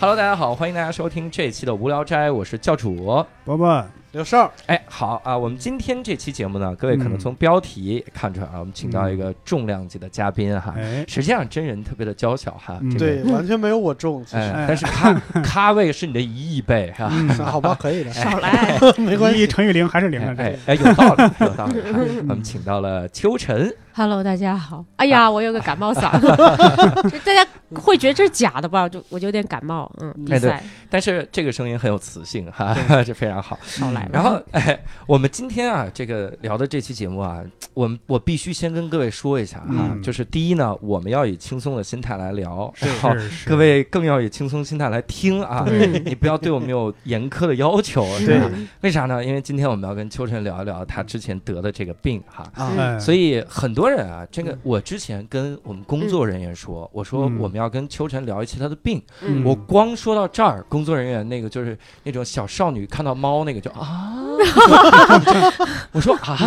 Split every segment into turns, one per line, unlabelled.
Hello，大家好，欢迎大家收听这一期的无聊斋，我是教主。
伯伯，
刘少，
哎，好啊，我们今天这期节目呢，各位可能
嗯
从标题看出来啊，我们请到一个重量级的嘉宾哈。
哎，
实际上真人特别的娇小哈，
嗯
这个
对，完全没有我重，其实，
哎，但是咖 咖位是你的一亿倍哈。
嗯，
那好吧，可以的，
少来，
没关
一
系。
乘以零还是零
哎
啊？这
哎哎，有道理，有道理。哈我们请到了秋晨，
Hello，大家好。哎呀，我有个感冒 嗓，就大家会觉得这是假的吧？就我就有点感冒，嗯，比
哎对
赛
但是这个声音很有磁性哈， 这非常好。
少来了。
然后，哎，我们今天啊，这个聊的这期节目啊，我们我必须先跟各位说一下哈，
嗯
就是第一呢，我们要以轻松的心态来聊，然后
是是
各位更要以轻松心态来听啊，
对
你不要对我们有严苛的要求，是啊吧
对？
为啥呢？因为今天我们要跟秋晨聊一聊他之前得的这个病哈。
嗯
啊，
哎
所以很多人啊，这个我之前跟我们工作人员说，我说
嗯
我们要跟秋晨聊一期他的病，
嗯
我光说到这儿，工作人员那个就是那种小少女看到猫那个就啊，
哦
我说 啊，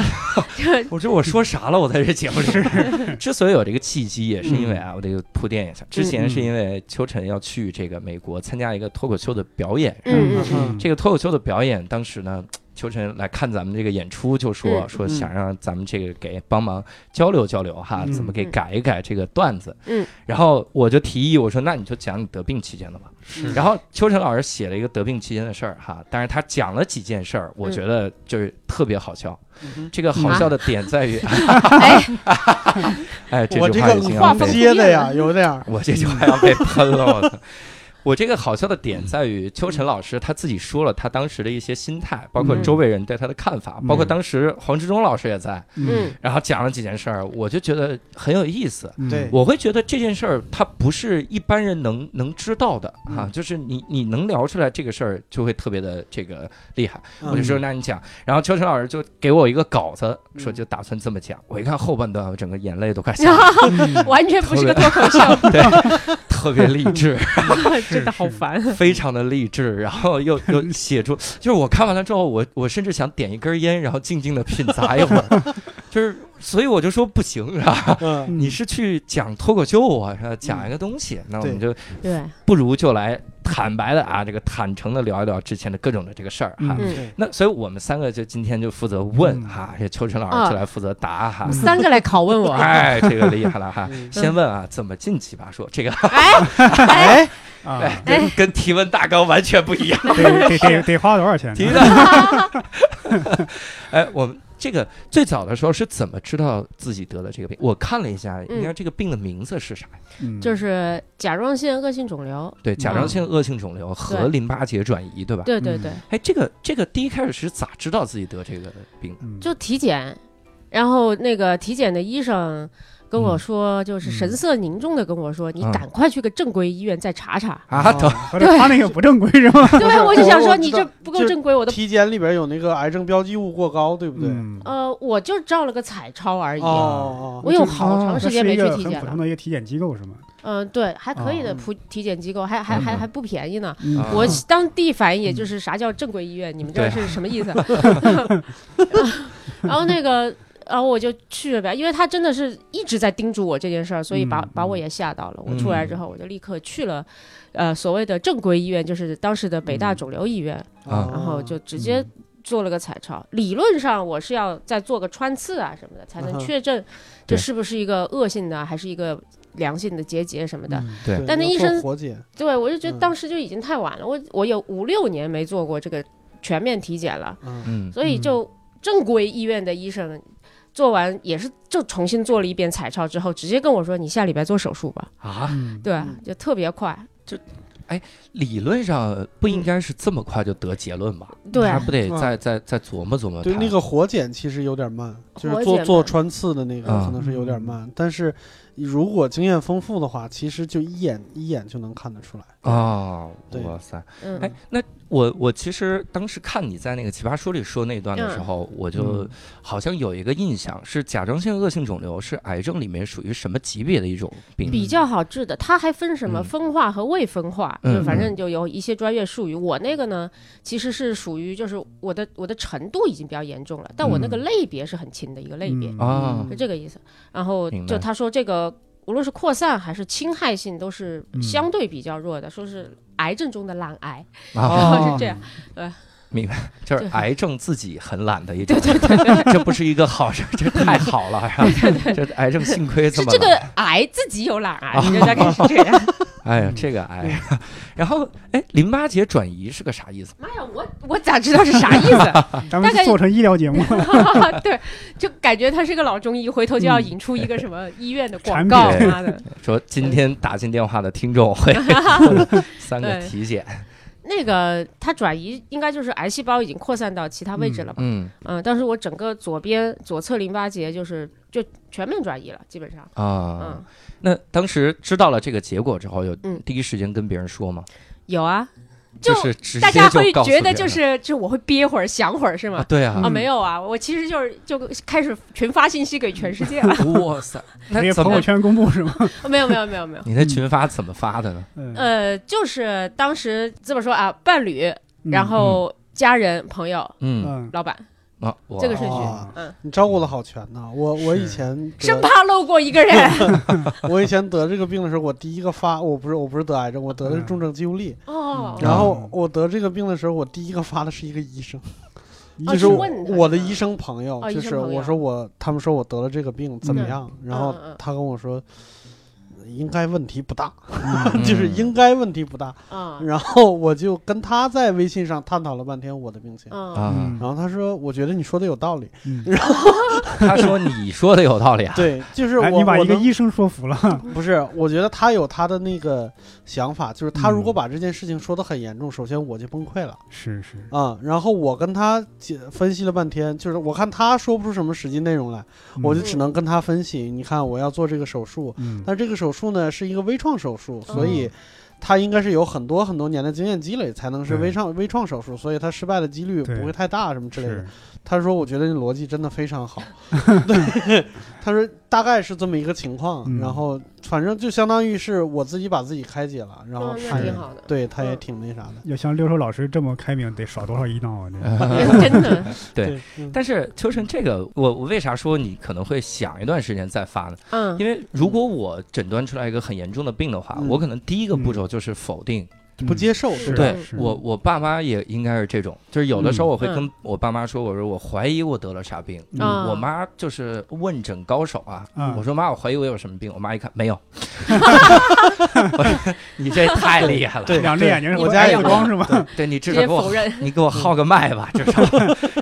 这
我说我说啥了？我在这节目里，之所以有这个契机，也是因为
嗯
啊，我得铺垫一下，之前是因为秋晨要去这个美国参加一个脱口秀的表演，
嗯嗯
嗯
这个脱口秀的表演，当时呢，秋晨来看咱们这个演出，就说
嗯
说想让咱们这个给帮忙交流交流哈，
嗯
怎么给改一改这个段子。
嗯，
然后我就提议我说，那你就讲你得病期间的吧。
是
然后秋晨老师写了一个得病期间的事儿哈，但是他讲了几件事儿，我觉得就是特别好笑。
嗯
这个好笑的点在于，
哎，
哎，这
我
句
这
话
个
已经
画
要
风
被
接的呀，有点儿，
我这句话要被喷了，我 操！我这个好笑的点在于，秋晨老师他自己说了他当时的一些心态，包括
嗯
周围人对他的看法，
嗯
包括当时黄志忠老师也在，
嗯，
然后讲了几件事儿，我就觉得很有意思。
嗯
对
我会觉得这件事儿它不是一般人能能知道的啊，
嗯
就是你你能聊出来这个事儿，就会特别的这个厉害。 我就
嗯
说那你讲，然后秋晨老师就给我一个稿子，说
嗯
就打算这么讲。我一看后半段，我整个眼泪都快 下来了，
完全不是个脱口秀，
对，特别励志，
真的好烦。
非常的励志。然后又又写出，就是我看完了之后，我我甚至想点一根烟，然后静静的品砸一会儿，就是所以我就说不行啊，
嗯，
你是去讲脱口秀啊，是吧讲一个东西，那我们就
对，
不如就来坦白的啊，这个坦诚的聊一聊之前的各种的这个事儿哈。
嗯
对
那所以我们三个就今天就负责问
嗯
哈，这秋晨老师就来负责答哈。
三个来拷问 我，
哎，这个厉害了哈！
嗯
先问啊，怎么进奇葩说？这个
哎哎，
哎，
啊
哎，，跟跟提问大纲完全不一样。
得得得得花多少钱？
提问， 哎，我们这个最早的时候是怎么知道自己得了这个病？我看了一下，应该这个病的名字是啥呀？
嗯
就是甲状腺恶性肿瘤。
对，甲
嗯
状腺恶性肿瘤和
对
淋巴结转移，对吧？
对对对，
哎，这个这个第一开始是咋知道自己得这个病的？
嗯
就体检，然后那个体检的医生跟我说，就是神色凝重的跟我说，你
嗯
赶快去个正规医院再查 查。
啊，
哦
等
合着他那个不正规是吗？
对，哦我就想
我
说
我
你
知道
这不够正规，我都
体检里边有那个癌症标记物过高，对不对？
嗯，
呃，我就照了个彩超而
哎
已。
哦，哦
我有好
啊
长时间没去体
这是一个很
检
普
了
通。的一个体检机构是吗？
嗯、对，还可以的，
哦
普体检机构还还还还不便宜呢。
嗯
啊
我当地反应也就是啥叫正规医院，你们这是什么意思？啊然后那个，然后我就去了呗，因为他真的是一直在叮嘱我这件事儿，所以把、
嗯
把我也吓到了。我出来之后，我就立刻去了，呃，所谓的正规医院，就是当时的北大肿瘤医院，
哦
啊
然后就直接
嗯
做了个彩超。理论上我是要再做个穿刺啊什么的，才
嗯
能
哼
确认
对
这是不是一个恶性的还是一个良性的结节什么的。
嗯
对
但那
要
医
做
生
活检，
对我就觉得
嗯
当时就已经太晚了，我我有五六年没做过这个全面体检了，
嗯，
嗯，
所以就正规医院的医生。做完也是就重新做了一遍彩超之后，直接跟我说你下礼拜做手术吧，
啊，
嗯
对啊
嗯，
就特别快，
理论上不应该是这么快就得结论吧？
对
还
啊，
不得
嗯
再再再琢磨琢磨它。
对，那个活检其实有点慢，就是
活
做
检
做
慢
穿刺的那个
啊
可能是有点慢，但是如果经验丰富的话，其实就一眼一眼就能看得出来。
啊，
对
哇塞！
嗯
哎，那我我其实当时看你在那个《奇葩说》里说那段的时候，我就
嗯
好像有一个印象，是甲状腺恶性肿瘤是癌症里面属于什么级别的一种病？
比较好治的，它还分什么
嗯
分化和未分化，
嗯
就反正就有一些专业术语。我那个呢，其实是属于就是我的我的程度已经比较严重了，但我那个
嗯
类别是很轻的一个类别，
嗯
啊
是这个意思。然后
明白
就他说这个。无论是扩散还是侵害性都是
嗯
相对比较弱的，说是癌症中的懒癌，
啊，
是这样。
就是
哦对
癌症自己很懒的一种，对对对，这不是一个好事，这太好了，是吧？这癌症幸亏这
是
么
这个
懒
癌自己有懒 癌，
啊
你就大概是这样。
哎呀，这个癌，
嗯
然后哎，淋巴结转移是个啥意思？
妈呀，我我咋知道是啥意 思？
咱们
大概
做成医疗 节目，
对，就感觉他是个老中医，回头就要
嗯
引出一个什么医院的
产
广告，
品
妈的。
说今天打进电话的听众 会三个
对
体检，
那个它转移应该就是癌细胞已经扩散到其他位置了吧？
嗯
嗯，当时我整个左边左侧淋巴结就是就全面转移了，基本上。
啊
嗯，，
那当时知道了这个结果之后，有
嗯
第一时间跟别人说吗？
有啊，
就
就是
直
大
接
家
就
会
告诉
觉得
别
就
人
是就我会憋会儿想会儿是
啊，
吗？
对啊
啊，
嗯，
没有啊，我其实就是就开始群发信息给全 世界了。
哇塞，
直
那
接
怎
朋
么
友？圈公布是 吗？
没有没有没有没有，
你那群发怎么发的呢？
嗯，
呃，就是当时这么说啊，伴侣，
嗯
然后家人、朋友、
嗯
嗯，
老板，
啊，我
这个顺序
哇，
嗯，
你照顾的好全呐！我我以
是
前得
生怕漏过一个人。
我以前得这个病的时候，我第一个发我不是我不是得癌症，我得的是
嗯
重症肌无力。
哦，
然后
哦
我得这个病的时候，我第一个发的是一个医生，就
哦
医
是
你
生
我
问他
我的
是吗
医生朋友
哦，医
就
生
是
朋友
我说我他们说我得了这个病怎么样，然后
嗯嗯
他跟我说。应该问题不大，
嗯
就是应该问题不大。
啊
然后我就跟他在微信上探讨了半天我的病情，
啊，
啊
嗯。
然后他说：“我觉得你说的有 道理。
嗯
他说你说的有道理啊，
对，就是我
哎，你把
我
一个
能
医生说服了，
不是，我觉得他有他的那个想法，就是他如果
嗯
把这件事情说得很严重，首先我就崩溃了
是是，
啊、然后我跟他解分析了半天，就是我看他说不出什么实际内容来，我就只能跟他分析。你看，我要做这个手术，
嗯
但这个手术呢是一个微创手术，所以。他应该是有很多很多年的经验积累，才能是
对
微创微创手术，所以他失败的几率
对
不会太大，什么之类的。
是
他说：“我觉得你逻辑真的非常好。”对，他说大概是这么一个情况，
嗯
然后反正就相当于是我自己把自己开解了，然后
哦
他
那
也、
挺好的，
对他也
嗯
挺那啥的。
要像六兽老师这么开明，得耍多少医闹啊？这
哎
真的，
对
对，嗯
但是秋晨，这个我我为啥说你可能会想一段时间再发呢？
嗯
因为如果我诊断出来一个很严重的病的话，
嗯
我可能第一个步骤就是否定。
不接受，对
是
吧
对
嗯
嗯是
我，我爸妈也应该是这种，就是有的时候我会
嗯
跟我爸妈说，我说我怀疑我得了啥病。
嗯
啊
我妈就是问诊高手啊，
嗯
我说妈，我怀疑我有什么病，我妈一看 没有，我说你这太厉害了，哎
对
两只眼睛是
我
不
家
爱
也
死
有
光是吗？
对你至少
直接
给我
否认，
你给我号个脉吧，至 少。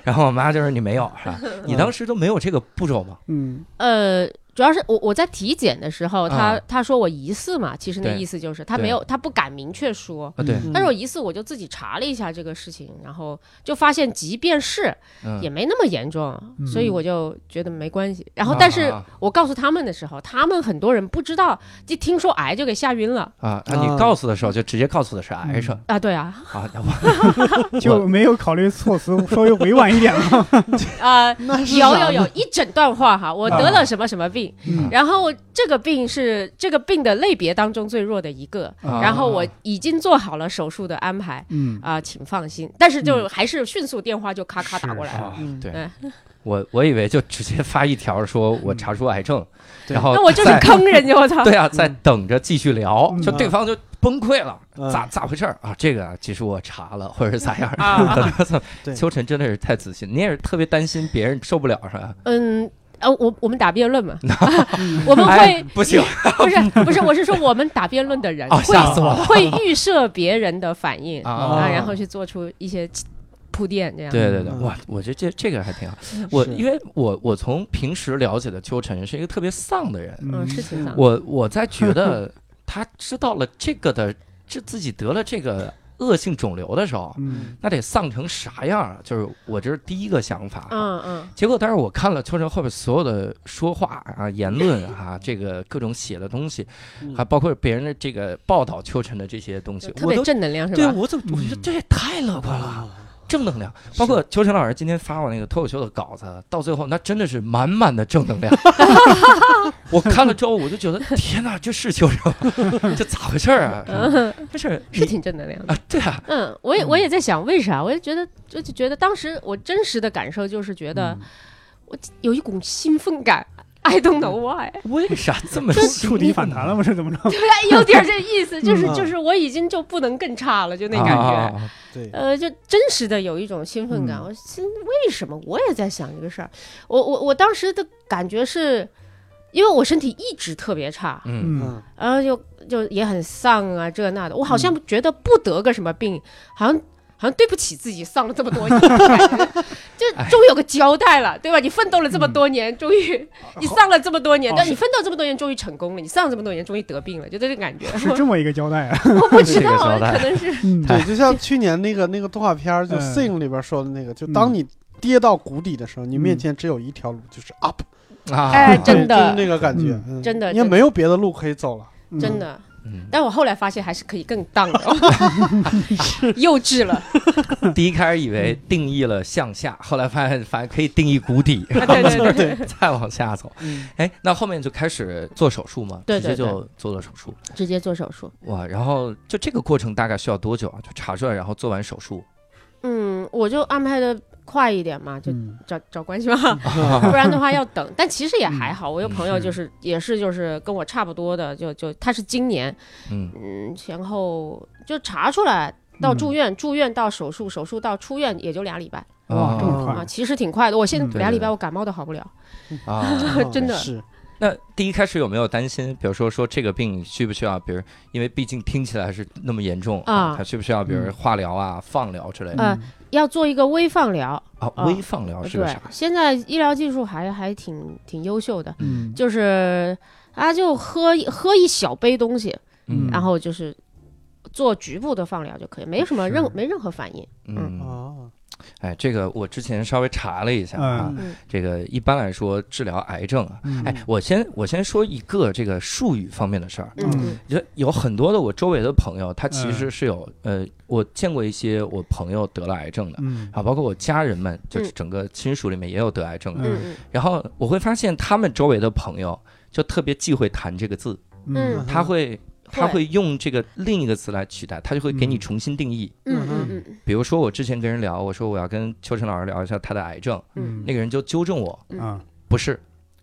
然后我妈就是你没有，是 吧？你当时都没有这个步骤吗？
嗯
呃。主要是我我在体检的时候，他
啊
他说我疑似嘛，其实那
对
意思就是他
对
没有他不敢明确说，
啊，对，
嗯
但是我疑似我就自己查了一下这个事情，然后就发现即便是
嗯，
也没那么严重，
嗯
所以我就觉得没关系。然后但是
啊
我告诉他们的时候，他们很多人不知道，一听说癌就给吓晕了
啊，啊
啊
你告诉的时候就直接告诉的是
嗯
癌症
啊，对啊，
啊， 那我
就没有考虑措辞稍微委婉一点吗？
啊、
那是
有
啥
有
呢
有，一整段话哈，我
啊
得了什么什么病，
嗯
然后这个病是这个病的类别当中最弱的一个，
啊
然后我已经做好了手术的安排
嗯，
啊、请放心。但是
嗯
就还是迅速电话就咔咔打过来了，
啊
嗯，
对
嗯，
我我以为就直接发一条说我查出癌症，
对
然后
嗯那我就是嗯
再
坑人家，我 操！
对啊，在等着继续聊，
嗯
就对方就崩溃了，
嗯
咋咋回事儿啊？这个啊其实我查了，或者是咋样？
啊，
对
秋晨真的是太自信，你也是特别担心别人受不了是吧？
嗯。呃，我我们打 辩论嘛， 我们
哎
会
不行
不是不是，我是说我们打辩论的人
啊，
会
吓死我了
会预设别人的反应
啊
啊，然后去做出一些铺垫，这样
对对对，
嗯
哇，我觉得这这个还挺好。
嗯
我
是
因为我我从平时了解的秋晨是一个特别丧的人，
嗯，是挺像的。
我我在觉 得他知道了这个的，这自己得了这个恶性肿瘤的时候，
嗯
那得丧成啥样啊？就是我这是第一个想法。
嗯嗯
结果，但是我看了秋晨后边所有的说话啊、言论啊，这个各种写的东西，
嗯
还包括别人的这个报道秋晨的这些东西
就，特
我
别
都
正能量是
对
吧？嗯
我怎么我觉得
嗯
这也太乐观了，
啊
正能量。包括秋晨老师今天发我那个脱口秀的稿子，到最后那真的是满满的正 能量。我看了之后，我就觉得天哪，这是秋晨吗， 这咋回事儿啊？
嗯
这是
是挺正能量的。
啊，对啊，
嗯，我也我也在想为啥，我也觉得就
嗯
嗯
就觉得当时我真实的感受就是觉得我有一股兴奋感。啊， I don't know why，
为啥这么
触
心
触底反弹了吗？是怎么着？
嗯对，哎有点这意思，就是
嗯
就是我已经就不能更差了，就那
啊
感觉。
啊啊
对，
呃，就真实的有一种兴奋感。
嗯
我心为什么我也在想这个事儿？我我我当时的感觉是，因为我身体一直特别差，
嗯
嗯，
嗯，
然后就就也很丧啊，这那的。我好像觉得不得个什么病，好像好像对不起自己，丧了这么多年，就终于有个交代了，对吧？你奋斗了这么多年，终于你丧了这么多年，
哦
但你奋斗这么多年终于成功了，你丧了这么多年终于得病了，就这种感觉。
哦是这么一个交代 啊。
我我不知
这个
道，
交代
可能是
嗯，
对，就像去年那个那个动画片儿，就《
嗯
Sing》里边说的那个，就
嗯
当你跌到谷底的时候，你
嗯
面前只有一条路，就是 up，
啊，
哎
对
真的
就是那个感觉
嗯，
嗯
真的
因为
真
没有别的路可以走了。
嗯
真，的。
嗯
但我后来发现还是可以更荡的，幼稚了，
第一开始以为定义了向下，后来发现反正可以定义谷底，
对对 对，
再往下走。
嗯，
哎，那后面就开始做手术嘛，
对
直接
对对
就做了手术
直接做手术。
哇。然后就这个过程大概需要多久啊？就查出来，然后做完手术，
嗯，我就安排的快一点嘛，就
嗯
找、找关系嘛， 不然的话要等。但其实也还好，我有朋友
嗯
就是也是就是跟我差不多的，就就他是今年
嗯
嗯前后就查出来到住院，住院到手术，手术到出院也就俩礼拜
哇，这
啊
么
嗯
啊，
快，
其实挺快的。我现
嗯
在俩
对对
礼拜我感冒都好不了，
啊。
真的
嗯是，
那第一开始有没有担心？比如说说这个病需不需要，比如因为毕竟听起来是那么严重
啊
它需不需要比如
嗯
化疗啊、放疗之类的
呃要做一个微放疗。
啊？
啊
微放疗是个
对
啥？，
现在医疗技术还还挺挺优秀的。
嗯，
就是他就喝一喝一小杯东西，
嗯
啊
然后就是做局部的放疗就可以，没什么
是
任没任何反应。
哦
嗯，
啊，
哎，这个我之前稍微查了一下啊
嗯，
嗯
这个一般来说治疗癌症啊，
嗯
哎，我先我先说一个这个术语方面的事儿。
嗯
嗯
有有很多的我周围的朋友，他其
嗯
实是有、呃，我见过一些我朋友得了癌症的
嗯
啊，包括我家人们，就是
嗯
整个亲属里面也有得癌症的。
嗯嗯
然后我会发现他们周围的朋友就特别忌讳谈这个字，
嗯
他会他
对
会用这个另一个词来取代，他就会给你
嗯
重新定义。
嗯嗯嗯
比如说我之前跟人聊，我说我要跟秋晨老师聊一下他的癌症，
嗯
那个人就纠正我，
个
啊，
不是，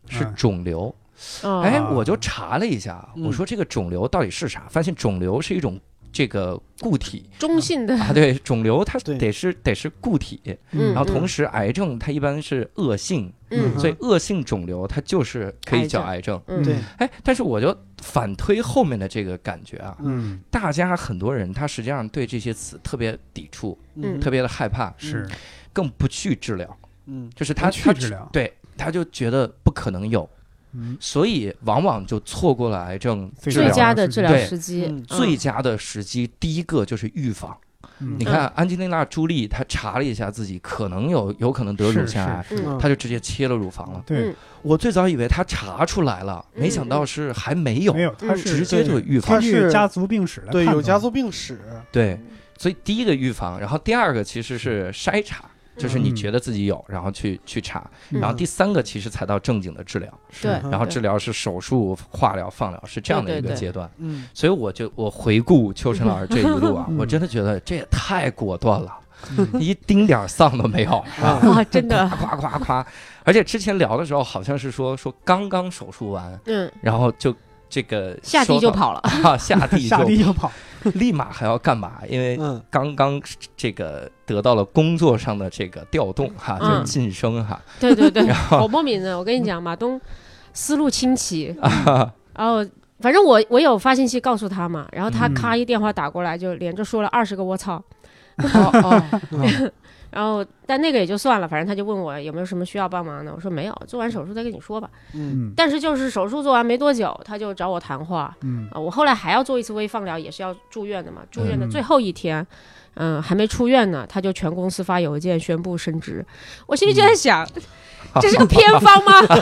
是
嗯
肿瘤。
哦
哎，
啊
我就查了一下，啊
嗯
我说这个肿瘤到底是啥？发现肿瘤是一种这个固 体
中性的，
啊，对，肿瘤它
对
得是得是固体，
嗯
然后同时癌症它一般是恶性，
嗯
所以恶性肿瘤它就是可以叫癌症。
嗯
对，
哎，但是我就反推后面的这个感觉啊，
嗯
大家很多人他实际上对这些词特别抵触，
嗯
特别的害怕，
是，
更不去治疗，
嗯，
就是他
不去
他
治疗
对他就觉得不可能有，
嗯
所以往往就错过了癌症
最
治
最
疗
佳的治疗
对
时机
嗯，
最佳的时机，第一个就是预防。
嗯
你看安吉丽娜·朱莉，她查了一下自己可能有有可能得乳
是
腺癌，
是是
嗯
她就直接切了乳房了。
对，
我最早以为她查出来了，
嗯
没想到是还没有
没，有，他
嗯
是
直接就预
根
防
它。
据
是
家族病史来
对，
判
有
断
家族病史，
对，所以第一个预防，然后第二个其实是筛查，就是你
嗯
觉得自己有，然后去去查，
嗯
然后第三个其实才到正经的治疗，
是
对，
嗯
然后治疗是手术、化疗、放疗，是这样的一
对
个
对对
阶段。
嗯，
所以我就我回顾秋晨老师这一路啊，
嗯
我真的觉得这也太果断 了。
嗯
一丁点儿丧都没有啊！
啊，真的，
夸夸夸！而且之前聊的时候，好像是说说刚刚手术完，
嗯，
然后就这个
下地就跑了，
收到啊，下 地
下地
就
就跑，
立马还要干嘛？因为
嗯，
刚刚这个得到了工作上的这个调动哈，就是
嗯
晋升 哈
对对对
然，后嗯
我莫名啊的，我跟你讲，马东思路 清奇，然后反正我我有发信息告诉他嘛，然后他
嗯
咔一电话打过来，就连着说了二十个 我操，
哦
嗯
然后但那个也就算了，反正他就问我有没有什么需要帮忙的，我说没有，做完手术再跟你说吧。
嗯，
嗯
但是就是手术做完没多久，他就找我谈话
嗯
啊、我后来还要做一次微放疗，也是要住院的嘛，住院的
嗯
最后一天。嗯还没出院呢，他就全公司发邮件宣布升职，我心里就在想，这是个偏方吗？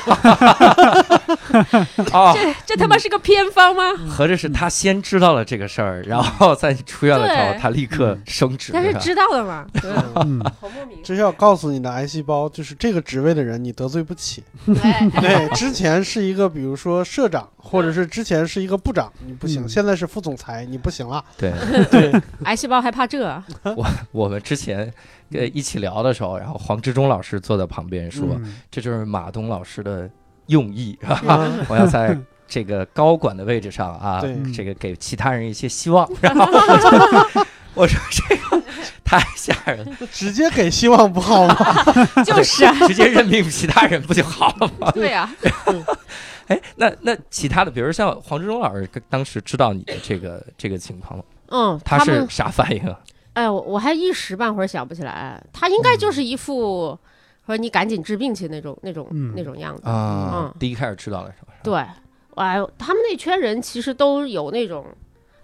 啊！
这这他妈是个偏方吗？
合着是他先知道了这个事儿，然后在你出院的时候，
对
他立刻升职。
但是
吧
知道了嘛，对吧
嗯，
好莫名。啊
这要告诉你的癌细胞，就是这个职位的人你得罪不起。
哎
对，之前是一个比如说社长，或者是之前是一个部长，你不行；
嗯
现在是副总裁，你不行了。
对，
癌细胞还怕这？啊
我们之前呃一起聊的时候，然后黄志忠老师坐在旁边说，
嗯
这就是马东老师的用意，是吧？
嗯
啊
我要在这个高管的位置上啊，
对
嗯
这个给其他人一些希望。然后我就 我说这个太吓人了，
直接给希望不 好吗？
就是啊，
直接任命其他人不就好了吗？
对啊，
哎，那那其他的，比如像黄志忠老师，当时知道你的这个这个情况吗？
嗯，
他是
们，
啥反应啊？
哎，我我还一时半会儿想不起来，他应该就是一副说你赶紧治病去那种那种
嗯
那种样子。
啊
嗯，
第一开始知道了是吧？
对，哎，他们那圈人其实都有那种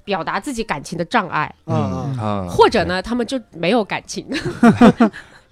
表达自己感情的障碍，
嗯嗯
啊，
或者呢，他们就没有感 情，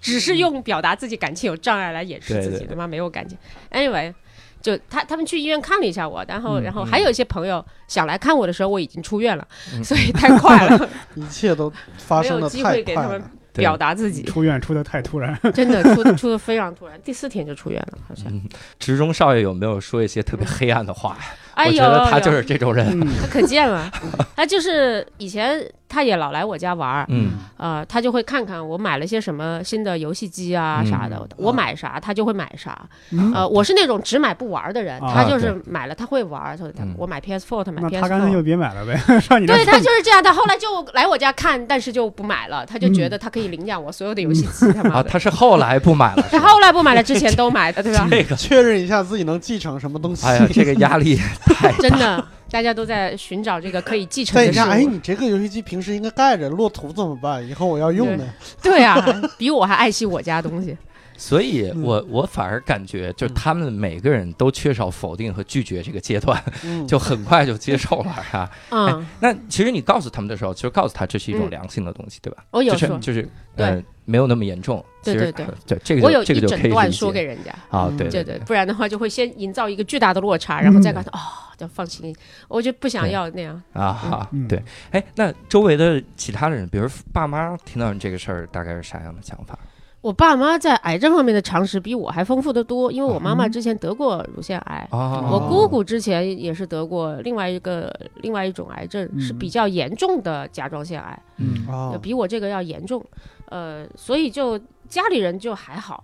只是用表达自己感情有障碍来掩饰
对
自
对
己，
对
他妈没有感情。Anyway，就他他们去医院看了一下我，然后
嗯
然后
嗯
还有一些朋友想来看我的时候，我已经出院了，
嗯
所以太快了，
嗯一切都发
没
生
有
的
机
太
会给
快
他们
了。
对
表达自己，
出院出的太突然，
真的出出的非常突然，第四天就出院了，好像。
嗯，池中少爷有没有说一些特别黑暗的话？
哎
我
呦，
觉得他
有
就是这种人。
嗯
他可贱了，他就是以前他也老来我家玩儿，
嗯
呃，他就会看看我买了些什么新的游戏机啊
嗯
啥的，我买啥他就会买啥。
嗯，
呃，我是那种只买不玩的人，
啊
他就是买了他会玩，所以他
嗯
我买 PS4，他买
那他干脆
PS4
就。别买了呗，上你这
对他就是这样，他后来就来我家看，但是就不买了，他就觉得他可以领养我所有的游戏机，他妈
啊，
的。
他是后来不买 了。是
他
吧
后来不买了，之前都买的，对吧？
这个，
确认一下自己能继承什么东西。
哎呀，这个压力太
真的，大家都在寻找这个可以继承
再
的
一
事
下，哎，
物。
你这个游戏机平时应该盖着，落土怎么办？以后我要用的。
对啊，比我还爱惜我家东西。
所以
嗯
我我反而感觉，就是他们每个人都缺少否定和拒绝这个阶 段，
嗯，
就很快就接受了啊。
嗯，
那其实你告诉他们的时候，其实告诉他这是一种
嗯
良性的东西，对吧？
我有
就
说
是，就是
对
呃，没有那么严重。
对
其实
对对
对，这个
我
就
有
这
一
个就可
整
以
段
理解
说给人家。
啊，
嗯
对
对
对，
不然的话就会先营造一个巨大的落差，然后再告诉他、哦，就放心，我就不想
对
要那样。
啊哈
嗯，
对。哎，那周围的其他的人，比如爸妈听到你这个事儿，大概是啥样的想法？
我爸妈在癌症方面的常识比我还丰富得多，因为我妈妈
嗯
之前得过乳腺癌，
啊，
哦
我姑姑之前也是得过另外一个另外一种癌症，是比较严重的甲状腺癌，
嗯
就
啊，
比我这个要严重，呃，所以就家里人就还好，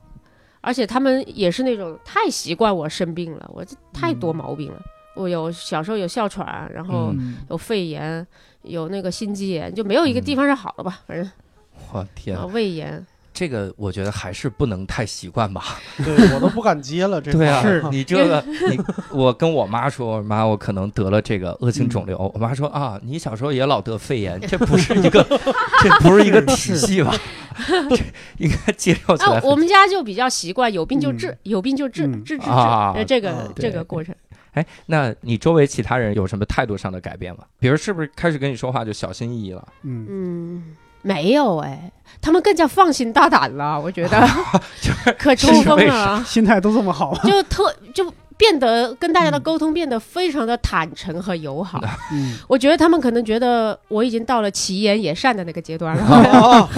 而且他们也是那种太习惯我生病了，我这太多毛病了，我有小时候有哮喘，然后
嗯
有肺炎，有那个心肌炎，就没有一个地
嗯
方是好的吧，反正
我天
啊，
嗯
胃炎，
这个我觉得还是不能太习惯吧。
对我都不敢接了，这
对啊，
是
你这个你，我跟我妈说，妈，我可能得了这个恶性
嗯
肿瘤。我妈说啊，你小时候也老得肺炎，这不是 一个，这不是一个体系吧？这应该接受起
啊
来，
我
很。
们家就比较习惯有病就治
嗯，
有病就治，
嗯
治治治，
啊
呃这
啊
个
对
这个过程。
哎，那你周围其他人有什么态度上的改变吗？比如是不是开始跟你说话就小心翼翼了？
嗯，
嗯，没有哎，他们更加放心大胆了，我觉 得可抽
是
风
为
了，
心态都这么好，
就特就变得跟大家的
嗯
沟通变得非常的坦诚和友好。
嗯，
我觉得他们可能觉得我已经到了其言也善的那个阶段了。
啊，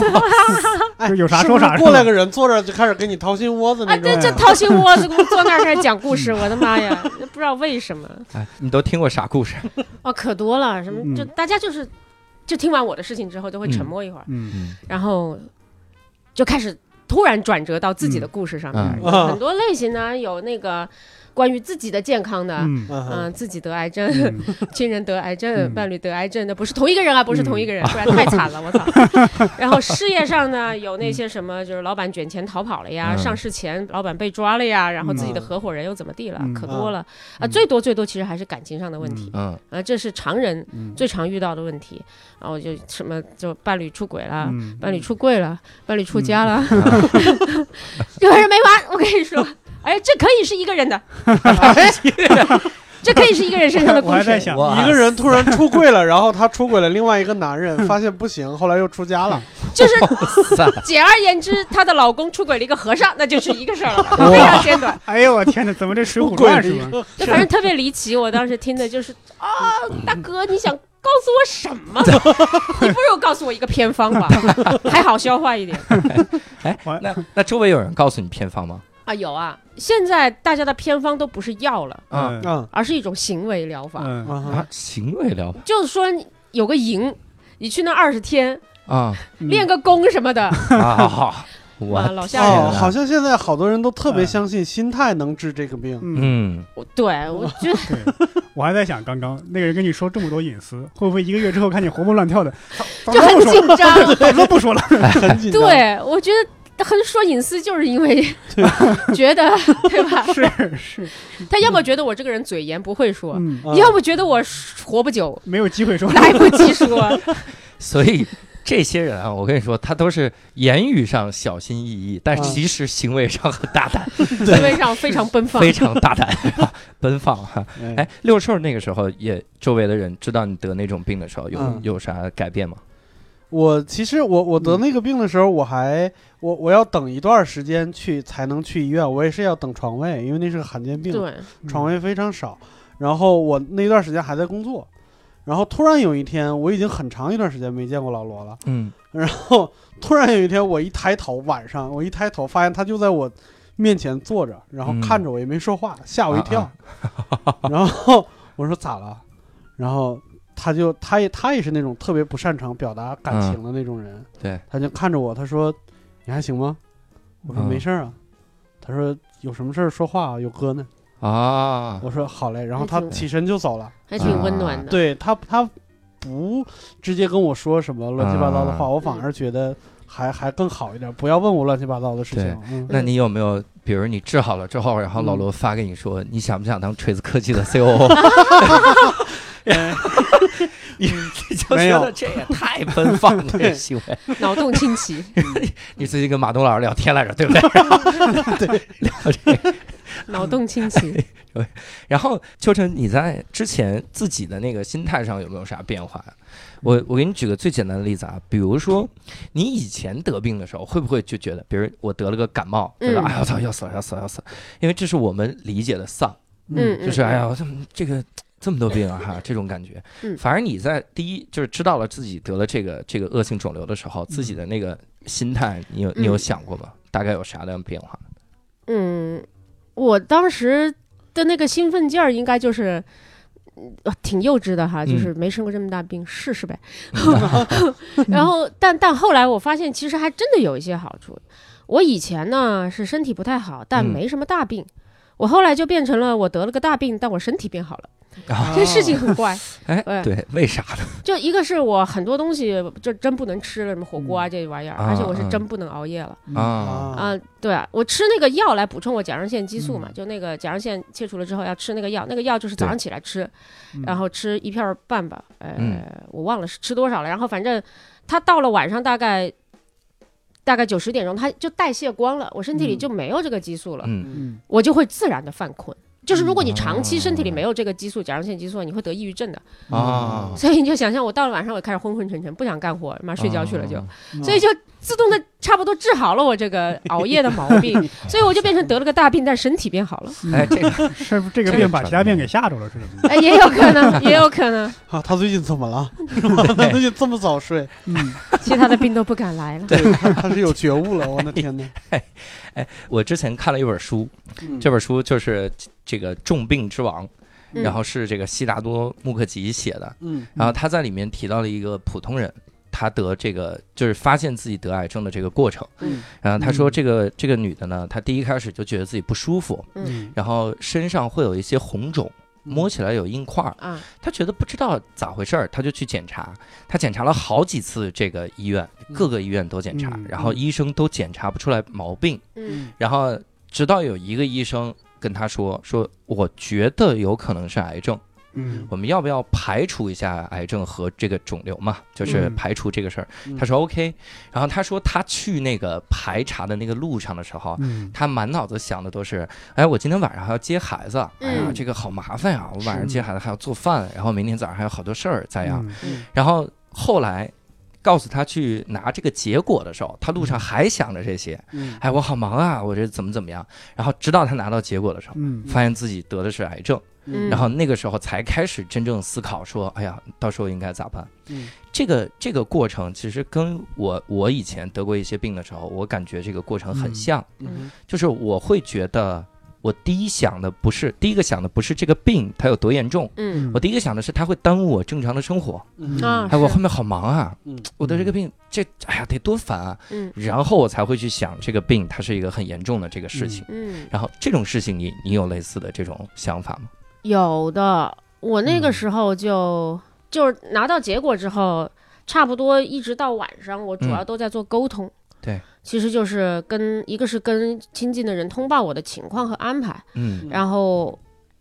哎
就，有啥
是不
说
是
啥是吧
过来个人坐这儿就开始给你掏心窝子那
啊，
种。
这这掏心窝子，给我坐那儿开始讲故事，我的妈呀， 不知道为什么。
哎，你都听过啥故事？
哦，可多了，什么就
嗯
大家就是，就听完我的事情之后都会沉默一会儿，
嗯
嗯
然后就开始突然转折到自己的故事上面，
嗯
有
啊
很多类型呢，有那个关于自己的健康的。嗯
嗯
嗯哼
自己得癌症，
嗯，
亲人得癌症，
嗯
伴侣得癌症的，不是同一个人啊，不是同一个人，不然太惨了，我操！然后事业上呢，有那些什么，就是老板卷钱逃跑了呀，
嗯
上市前老板被抓了呀，然后
嗯
自己的合伙人又怎么地了，
嗯
可多了啊、
嗯
最多最多其实还是感情上的问题，
嗯
啊，这是常人
嗯
最常遇到的问题。然后就什么就伴侣出轨了，
嗯
伴侣出柜了，伴侣出家了， 有人没完。我跟你说，哎，这可以是一个人的， 这可以是一个人身上的故
我还在
事。
想，
哇
一个人突然出柜了，然后他出轨了另外一个男人，发现不行，后来又出家了。
就是
塞
简而言之，她的老公出轨了一个和尚，那就是一个事儿了，
哇
非常 简短。
哎呦我天哪，怎么这《水
出
浒
轨
传
了》
是
一
吧？
个，
就反正特别离奇。我当时听的就是啊，大哥，你想告诉我什 么？你不如告诉我一个偏方吧，还好消化一点。
哎，那那周围有人告诉你偏方吗？
啊，有啊，现在大家的偏方都不是药了，
啊
嗯
而是一种行为疗法，
嗯
嗯哼
啊，行为疗法
就是说你有个营，你去那二十天
啊
嗯，
练个功什么的，
啊，好好我
哇，老吓人
天
哦，
哪
了。
好像现在好多人都特别
嗯
相信心态能治这个病。
嗯，
嗯，
我对，我觉得
我还在想，刚刚那个人跟你说这么多隐私，会不会一个月之后看你活蹦乱跳的，早
就
早
很
不说，
紧张。
早说不说 了。
很紧张，
对，我觉得很说隐私，就是因为 觉得对 吧？
是 是，
他要么觉得我这个人嘴严不会说，
嗯，
嗯，
要么觉得我活 不久，
没有机会说。
来不及说。
所以这些人啊，我跟你说，他都是言语上小心翼翼，但是
嗯
其实行为上很大胆，
行为上非常奔放
非。常大胆，啊奔放哈。
哎，
哎，六兽那个时候也周围的人知道你得那种病的时候，有、
嗯
有啥改变吗？
我其实我我得那个病的时候，我还我我要等一段时间去才能去医院，我也是要等床位，因为那是个罕见病，
对，
嗯
嗯
床位非常少。然后我那段时间还在工作，然后突然有一天，我已经很长一段时间没见过老罗了。
嗯，
然后突然有一天，我一抬头，晚上我一抬头，发现他就在我面前坐着，然后
嗯
看着我也没说话，吓我一跳
啊。
然后我说咋了？然后他就他也他也是那种特别不擅长表达感情的那种人，
嗯对，
他就看着我，他说你还行吗？我说
嗯
没事儿啊。他说有什么事儿说话啊，有哥呢。
啊，
我说好嘞。然后他
那就嗯
起身就走了。
还挺温暖的。
对他他不直接跟我说什么乱七八糟的话，
啊
我反而觉得还还更好一点，不要问我乱七八糟的事情。嗯，
那你有没有，比如你治好了之后，然后老罗发给你说，你想不想当锤子科技的 COO？你你就
嗯
觉
没有
得这也太奔放 了，这个行为。
脑洞清奇，
你最近跟马东老师聊天来着，对 不对？对，聊这个。
脑洞清奇。
然后秋晨，你在之前自己的那个心态上有没有啥变化？我我给你举个最简单的例子啊，比如说你以前得病的时候，会不会就觉得，比如我得了个感冒，对吧？
嗯
哎呀，我操，要死了，要死了，要死了！因为这是我们理解的丧。
嗯，
就是哎呀，
嗯，
我这么这个这么多病啊哈，这种感觉。
嗯
反而你在第一就是知道了自己得了这个这个恶性肿瘤的时候，自己的那个心态，你有你有
嗯
想过吗？大概有啥样的变化？
嗯，我当时的那个兴奋劲儿，应该就是。呃挺幼稚的哈，
嗯
就是没生过这么大病，试 试呗。然后，但但后来我发现，其实还真的有一些好处。我以前呢是身体不太好，
嗯
但没什么大病。我后来就变成了我得了个大病，但我身体变好了。啊这事情很怪，
啊哎，
哎
对，为啥呢？
就一个是我很多东西就真不能吃了，什么火锅啊这玩意儿，
啊
而且我是真不能熬夜了
啊，
啊、对啊，我吃那个药来补充我甲状腺激
嗯
素嘛，就那个甲状腺切除了之后要吃那个药，那个药就是早上起来吃，
嗯
然后吃一片儿半吧，呃，
嗯
我忘了是吃多少了，然后反正它到了晚上大概大概九十点钟，它就代谢光了，我身体里
嗯
就没有这个激素了，
嗯，
嗯
我就会自然的犯困。就是如果你长期
哦
身体里没有这个激素，甲状腺激素，你会得抑郁症的。
啊，
所以你就想象我到了晚上，我开始昏昏沉沉，不想干活，妈睡觉去了就，
啊
所以就自动的差不多治好了我 这个熬夜的毛病，所以我就变成得了个大病，但身体变好 了，
哎，这个
嗯 是不是这个
这
病
个
把
传
其他病
染
给吓着了，是什么？
哎，也有可 能，也有可能，
啊，他最近怎么了？他最近这么早睡，
嗯，
其他的病都不敢来了。
对，他他是有觉悟了。我的天哪！
我之前看了一本书，
嗯
这本书就是这个《重病之王》，
嗯
然后是这个悉达多穆克吉写的，
嗯
然后他在里面提到了一个普通人，他得这个就是发现自己得癌症的这个过程。
嗯，
然后他说
嗯
这个、这个女的呢，她第一开始就觉得自己不舒服，
嗯
然后身上会有一些红肿。
嗯
摸起来有硬块儿，
啊，
她觉得不知道咋回事儿，她就去检查。她检查了好几次这个医院，
嗯
各个医院都检查，
嗯
然后医生都检查不出来毛病。
嗯
然后直到有一个医生跟她说：“说我觉得有可能是癌症。”
嗯
我们要不要排除一下癌症和这个肿瘤嘛？就是
嗯
排除这个事儿。
嗯
他说 OK，然后他说他去那个排查的那个路上的时候。
嗯
他满脑子想的都是，哎，我今天晚上还要接孩子，哎呀，
嗯
这个好麻烦呀！我晚上接孩子还要做饭，然后明天早上还有好多事儿在呀。
嗯
然后后来告诉他去拿这个结果的时候，他路上还想着这些，
嗯
哎，我好忙啊，我这怎么怎么样。然后直到他拿到结果的时候，
嗯
发现自己得的是癌症。
嗯
然后那个时候才开始真正思考说，哎呀，到时候应该咋办？
嗯
这个这个过程其实跟我我以前得过一些病的时候，我感觉这个过程很像，
嗯
就是我会觉得我第一想的不是第一个想的不是这个病它有多严重，
嗯
我第一个想的是它会耽误我正常的生活。
嗯
啊，
哎，我
是
后面好忙啊，
嗯
我的这个病这哎呀得多烦啊，
嗯
然后我才会去想这个病它是一个很严重的这个事情。
嗯
然后这种事情你你有类似的这种想法吗？
有的，我那个
嗯
时候就就是拿到结果之后，差不多一直到晚上，我主要都在做沟通。
嗯对，
其实就是跟一个是跟亲近的人通报我的情况和安排，
嗯，
然后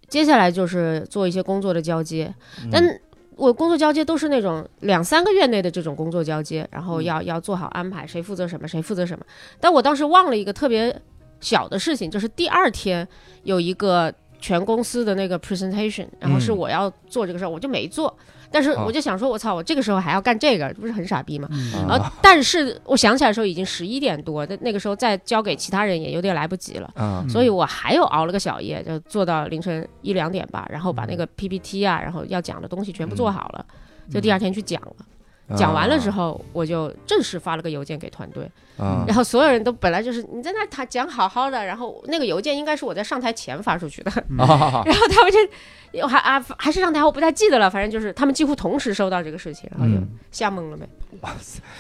接下来就是做一些工作的交接，
嗯
但我工作交接都是那种两三个月内的这种工作交接，然
嗯
后要、要做好安排，谁负责什么，谁负责什么。但我当时忘了一个特别小的事情，就是第二天有一个全公司的那个 presentation，然后是
嗯
我要做这个事儿，我就没做。但是
啊
我就想说，我操，我这个时候还要干这个，不是很傻逼吗？
啊
嗯
然后，但是我想起来的时候已经十一点多，那那个时候再交给其他人也有点来不及了。
啊，
哦所以
嗯
我还有熬了个小夜，就做到凌晨一两点吧，然后把
嗯
那个 PPT 啊，然后要讲的东西全部做好了，就
嗯
第二天去讲了。
啊
啊
讲完了之后，我就正式发了个邮件给团队，
啊，
然后所有人都本来就是你在那谈讲好好的，然后那个邮件应该是我在上台前发出去的，
啊，
然后他们就我还啊还是上台，我不太记得了，反正就是他们几乎同时收到这个事情，然后就
嗯
吓懵了没？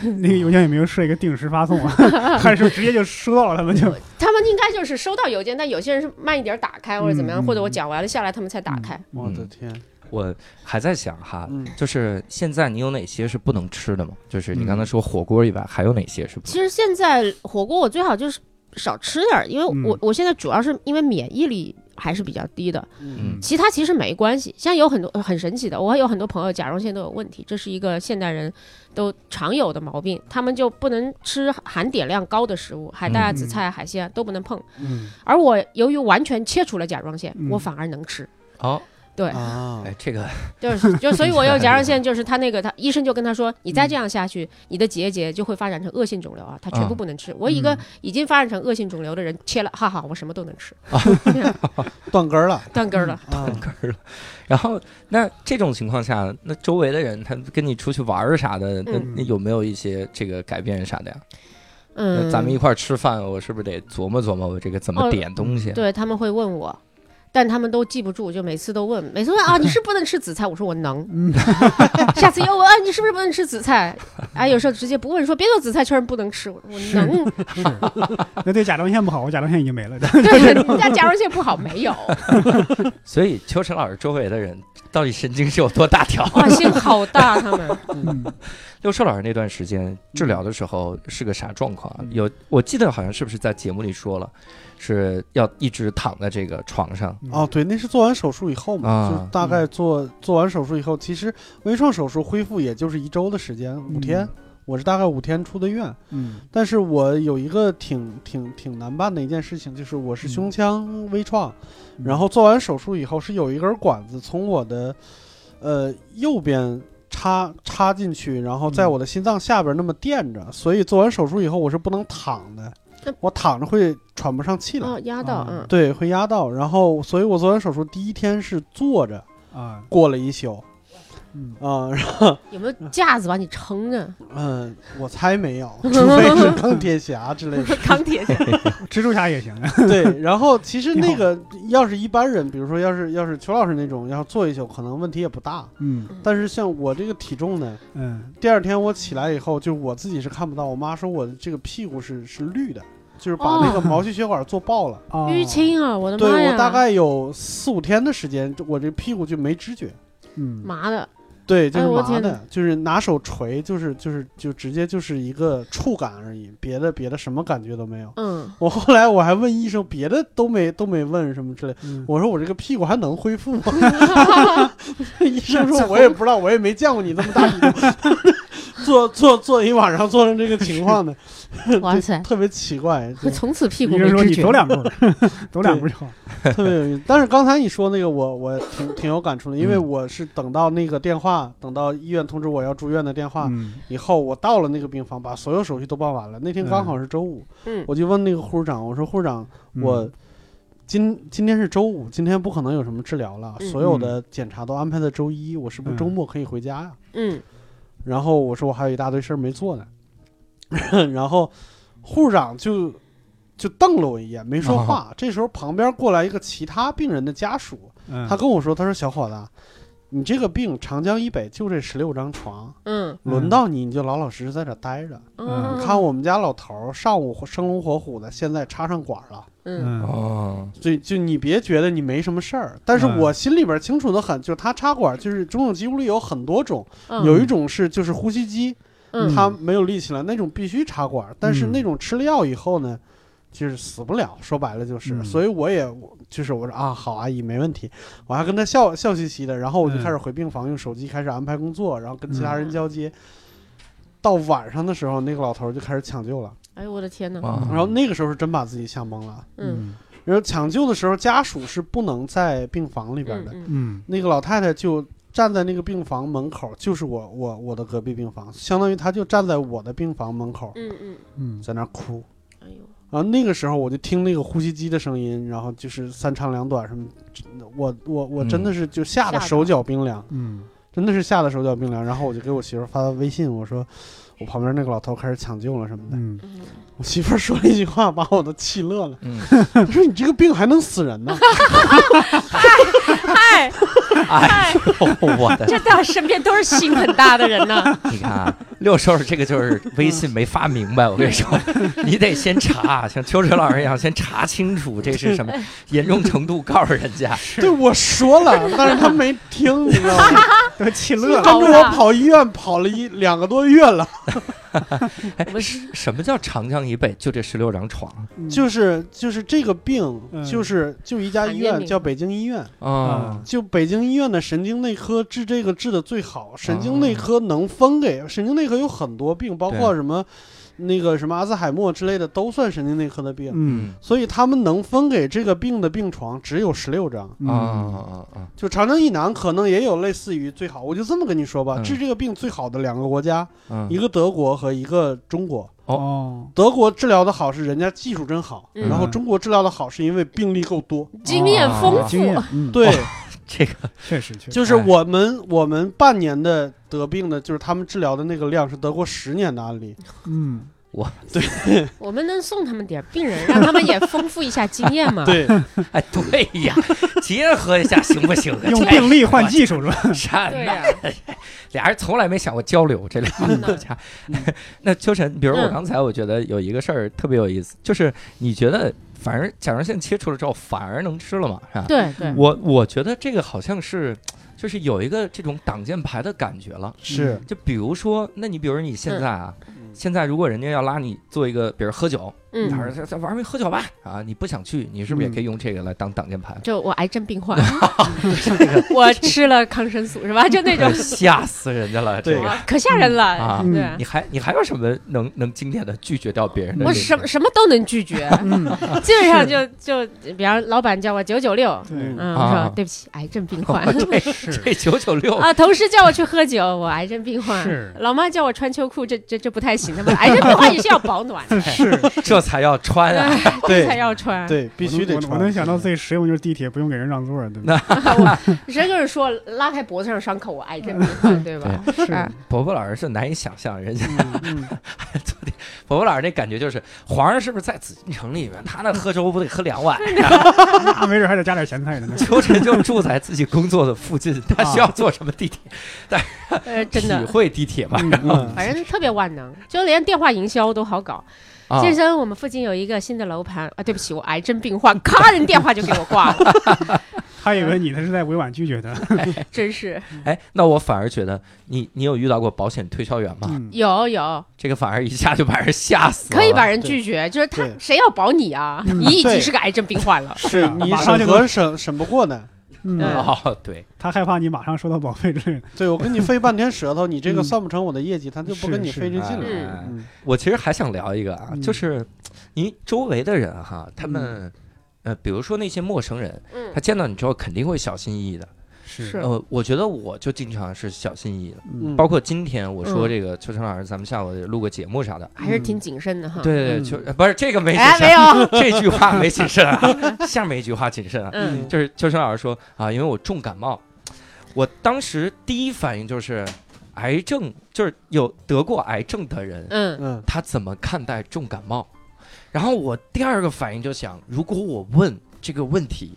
嗯那个邮件有没有设一个定时发送 啊？还是直接就收到了？他们就
他们应该就是收到邮件，但有些人是慢一点打开或者怎么样，
嗯嗯
或者我讲完了下来他们才打开。
我的天，
我还在想哈，
嗯
就是现在你有哪些是不能吃的吗？就是你
嗯
刚才说火锅以外，还有哪些是不？
其实现在火锅我最好就是少吃点儿，因为我、
嗯
我现在主要是因为免疫力还是比较低的，
嗯
其他其实没关系。现在有很多很神奇的，我有很多朋友甲状腺都有问题，这是一个现代人都常有的毛病，他们就不能吃含碘量高的食物，海带啊、
嗯
紫菜啊、海鲜啊都不能碰。
嗯
而我由于完全切除了甲状腺，
嗯
我反而能吃。
哦，
对，
啊
哎，这个
就是就所以我有甲状腺，就是他那个他医生就跟他说，你再这样下去，你的结节就会发展成恶性肿瘤啊，他
嗯
全部不能吃。我一个已经发展成恶性肿瘤的人切了，哈哈，我什么都能吃，
断根儿了
哎断根儿了。
啊，
根儿了。然后，那这种情况下，那周围的人他跟你出去玩儿啥的，那
嗯
那有没有一些这个改变啥的呀？那
嗯，
咱们一块儿吃饭，我是不是得琢磨琢磨我这个怎么
哦
点东西？啊
对他们会问我。但他们都记不住，就每次都问，每次问啊，你是不能吃紫菜？我说我能。 下次又问，啊，你是不是不能吃紫菜？啊，有时候直接不问，说别的紫菜确实不能吃。我说我
是
能，
是， 那对甲状腺不好，我甲状腺已经没了。
对，人家甲状腺不好没有，
所以秋晨老师周围的人到底神经是有多大条？
哇，心好大，他们。
嗯
六兽老师那段时间治疗的时候是个啥状况啊？
嗯
有我记得好像是不是在节目里说了，是要一直躺在这个床上
嗯
哦，对，那是做完手术以后嘛，
啊
就是大概做、做完手术以后，其实微创手术恢复也就是一周的时间，五天。
嗯
我是大概五天出的院，
嗯
但是我有一个挺挺挺难办的一件事情，就是我是胸腔微创，
嗯
然后做完手术以后是有一根管子从我的呃右边插插进去，然后在
嗯
我的心脏下边那么垫着，所以做完手术以后我是不能躺的
那，
我躺着会喘不上气来。
哦，压到，嗯
啊。
对，会压到。然后，所以我做完手术第一天是坐着
啊，
过了一宿
嗯
啊，然后
有没有架子把你撑着？
嗯、我猜没有， 除非 是钢铁侠之类的。
钢铁侠，
蜘蛛侠也 行。
对，然后其实
挺好
那个要是一般人，比如说要是要是邱老师那种，要坐一宿可能问题也不大。
嗯
但是像我这个体重呢，
嗯
第二天我起来以后，就我自己是看不到，我妈说我这个屁股是是绿的，就是把那个
哦
毛细血管做爆了。
哦
淤青啊！我的
对
妈呀！
我大概有四五天的时间，我这屁股就没知觉。
嗯
麻的，
对，就
哎
是
我
麻
天
的，
哪
就是拿手锤，就是就是就直接就是一个触感而已，别的别的什么感觉都没有。
嗯，
我后来我还问医生，别的都没都没问什么之类，
嗯，
我说我这个屁股还能恢复吗？ 医生说我也不知道，我也没见过你这么大体重， 坐坐坐一晚上坐成这个情况的，
哇塞！
特别奇怪， 对
从此屁股
医
没
生说
知
你
觉
走。 两步，走两步就好。
特别有意思。但是刚才你说那个我，我挺挺有感触的，因为
嗯
我是等到那个电话，等到医院通知我要住院的电话，
嗯
以后我到了那个病房，把所有手续都办完了。那天刚好是周五，
嗯
我就问那个护士长，我说护士长，
嗯
我今今天是周五，今天不可能有什么治疗了，
嗯
所有的检查都安排在周一，我是不
嗯
是周末可以回家呀、
嗯，
然后 我说我还有一大堆事儿没做呢，然后护士长就就瞪了我一眼，没说
哦
话。这时候旁边过来一个其他病人的家属，
嗯，
他跟我说：“他说小伙子，啊你这个病长江以北就这十六张床，
嗯哦
轮到你你就老老实实在这待着。
嗯
你看我们家老头儿上午生龙活虎的，现在插上管了。”
嗯
嗯
哦，
所以就你别觉得你没什么事儿，但是
嗯
我心里边清楚的很，就是他插管，就是中永肌无力有很多种，
嗯
有一种是就是呼吸机，
嗯
他没有力气了，那种必须插管，但
嗯
是那种吃了药以后呢，就是死不了，说白了就是，
嗯
所以我也我就是我说啊，好阿姨没问题，我还跟他笑笑嘻嘻的，然后我就
嗯
开始回病房用手机开始安排工作，然后跟其他人
嗯
交接。到晚上的时候，那个老头就开始抢救了，
哎呦我的天哪，
嗯
啊
然后那个时候是真把自己吓懵了。
嗯
然后抢救的时候，家属是不能在病房里边
嗯
的。
嗯
嗯
那个老太太就站在那个病房门口，就是我我我的隔壁病房，相当于她就站在我的病房门口，
嗯嗯，
嗯
在那儿哭。
哎呦，
然后那个时候我就听那个呼吸机的声音，然后就是三长两短什么，我我我
嗯
真的是就吓得
吓到
手脚冰凉，
嗯
真的是吓得手脚冰凉。然后我就给我媳妇儿发微信，我说我旁边那个老头开始抢救了什么的。
嗯
嗯
我媳妇儿说了一句话，把我都气乐了，
嗯，
她说你这个病还能死人呢。
嗨，
哎呦 我的，
这到身边都是心很大的人呐，
你看啊，六兽这个就是微信没发明白，我跟你说，你得先查，啊像秋水老师一样，先查清楚这是什么严重程度，告诉人家。
对，我说了，但是他没听，你知道吗？
都气乐了，
跟着我跑医院跑了一两个多月了，
哎
我，们
是什么叫长江以北就这十六张床
就是就是这个病，
嗯
就是就一家医
行业
院
名
叫北京医院，
啊？
就北京医院的神经内科治这个治的最好，神经内科能分给神经内科有很多病，包括什么那个什么阿兹海默之类的，都算神经内科的病。
嗯
所以他们能分给这个病的病床只有十六张，
嗯
啊啊啊！
就长江以南可能也有类似于最好，我就这么跟你说吧，
嗯
治这个病最好的两个国家，
嗯
一个德国和一个中国。
哦，
德国治疗的好是人家技术真好，
嗯
然后中国治疗的好是因为病例够多。
嗯
经验丰
经验
富，，
嗯，
对，
这个
确实确实，
就是我们我们半年的得病的，就是他们治疗的那个量是德国十年的案例。
嗯
我们能送他们点儿病人，让他们也丰富一下经验嘛。
对，
哎，对呀，结合一下行不行啊？
用
这
病例换技术是吧？
善
对
呐
呀，
俩人从来没想过交流，这俩
嗯
人家。 那秋晨，比如我
嗯
刚才我觉得有一个事儿特别有意思，就是你觉得反而甲状腺切除了之后反而能吃了嘛，是吧？
对对，
我我觉得这个好像是，就是有一个这种挡箭牌的感觉了。
是，
就比如说，那你比如你现在啊，
嗯
现在如果人家要拉你做一个，比如喝酒，俩
嗯，
人在在玩命喝酒吧啊，你不想去，你是不是也可以用这个来当挡箭牌？
就我癌症病患， 我吃了抗生素是吧？就那种
哎， 吓死人家了，这
对
个。
哇可吓人了
啊，
对
嗯
啊
你。还你还有什么能能经典的拒绝掉别人的？
我什么什么都能拒绝，
嗯，
基本上就就，比方老板叫我九九六，
对，
啊
嗯，
哦
我说对不起，癌症病患
这九九六
啊，同事叫我去喝酒，我癌症病患
是，，
老妈叫我穿秋裤，这这这不太行的嘛，癌症病患也是要保暖
是，
这才要穿啊！
哎这才
对
要穿。
对，必须得
我能
穿。
我能想到最实用就是地铁不用给人让座，对吧？
人跟人说拉开脖子上伤口，我癌症病患，对吧？
是，
啊
伯伯老师是难以想象，人家
嗯嗯
伯伯老师那感觉就是，皇上是不是在紫禁城里面，他那喝粥不得喝两碗？
那没准还得加点咸菜呢。
秋晨就住在自己工作的附近，他需要坐什么地铁？
呃，啊 真
体
的，
会地铁 吧？
嗯
反正特别万能，就连电话营销都好搞。
啊，
健身，我们附近有一个新的楼盘啊，对不起，我癌症病患，咔人电话就给我挂了，
他以为你他是在委婉拒绝他。
啊
真是
哎，那我反而觉得你你有遇到过保险推销员吗？
嗯，
有有
这个反而一下就把人吓死了。
可以把人拒绝，就是他
对
谁要保你啊？
嗯
你已经
对
是个癌症病患了，
是啊
你
马上
审
就
核审审不过呢。
嗯
嗯，
哦，对，
他害怕你马上收到保费之类的。
对我跟你费半天舌头，你这个
嗯
算不成我的业绩，他就不跟你
是
费这
是
劲了。
哎
嗯
我其实还想聊一个啊，
嗯
就是你周围的人哈，他们、呃，比如说那些陌生人，
嗯
他见到你之后肯定会小心翼翼的。
是
呃，我觉得我就经常是小心翼翼的，
嗯
包括今天我说
嗯
这个秋成老师，咱们下午录个节目啥的。
还是挺谨慎的哈。
对对对，
嗯
秋呃不是这个没谨
哎，没
慎，
有，
这句话没谨慎啊， 下面一句话谨慎啊，
嗯，
就是秋成老师说啊，因为我重感冒，我当时第一反应就是癌症，就是有得过癌症的人，
嗯
嗯
他怎么看待重感冒？然后我第二个反应就想，如果我问这个问题，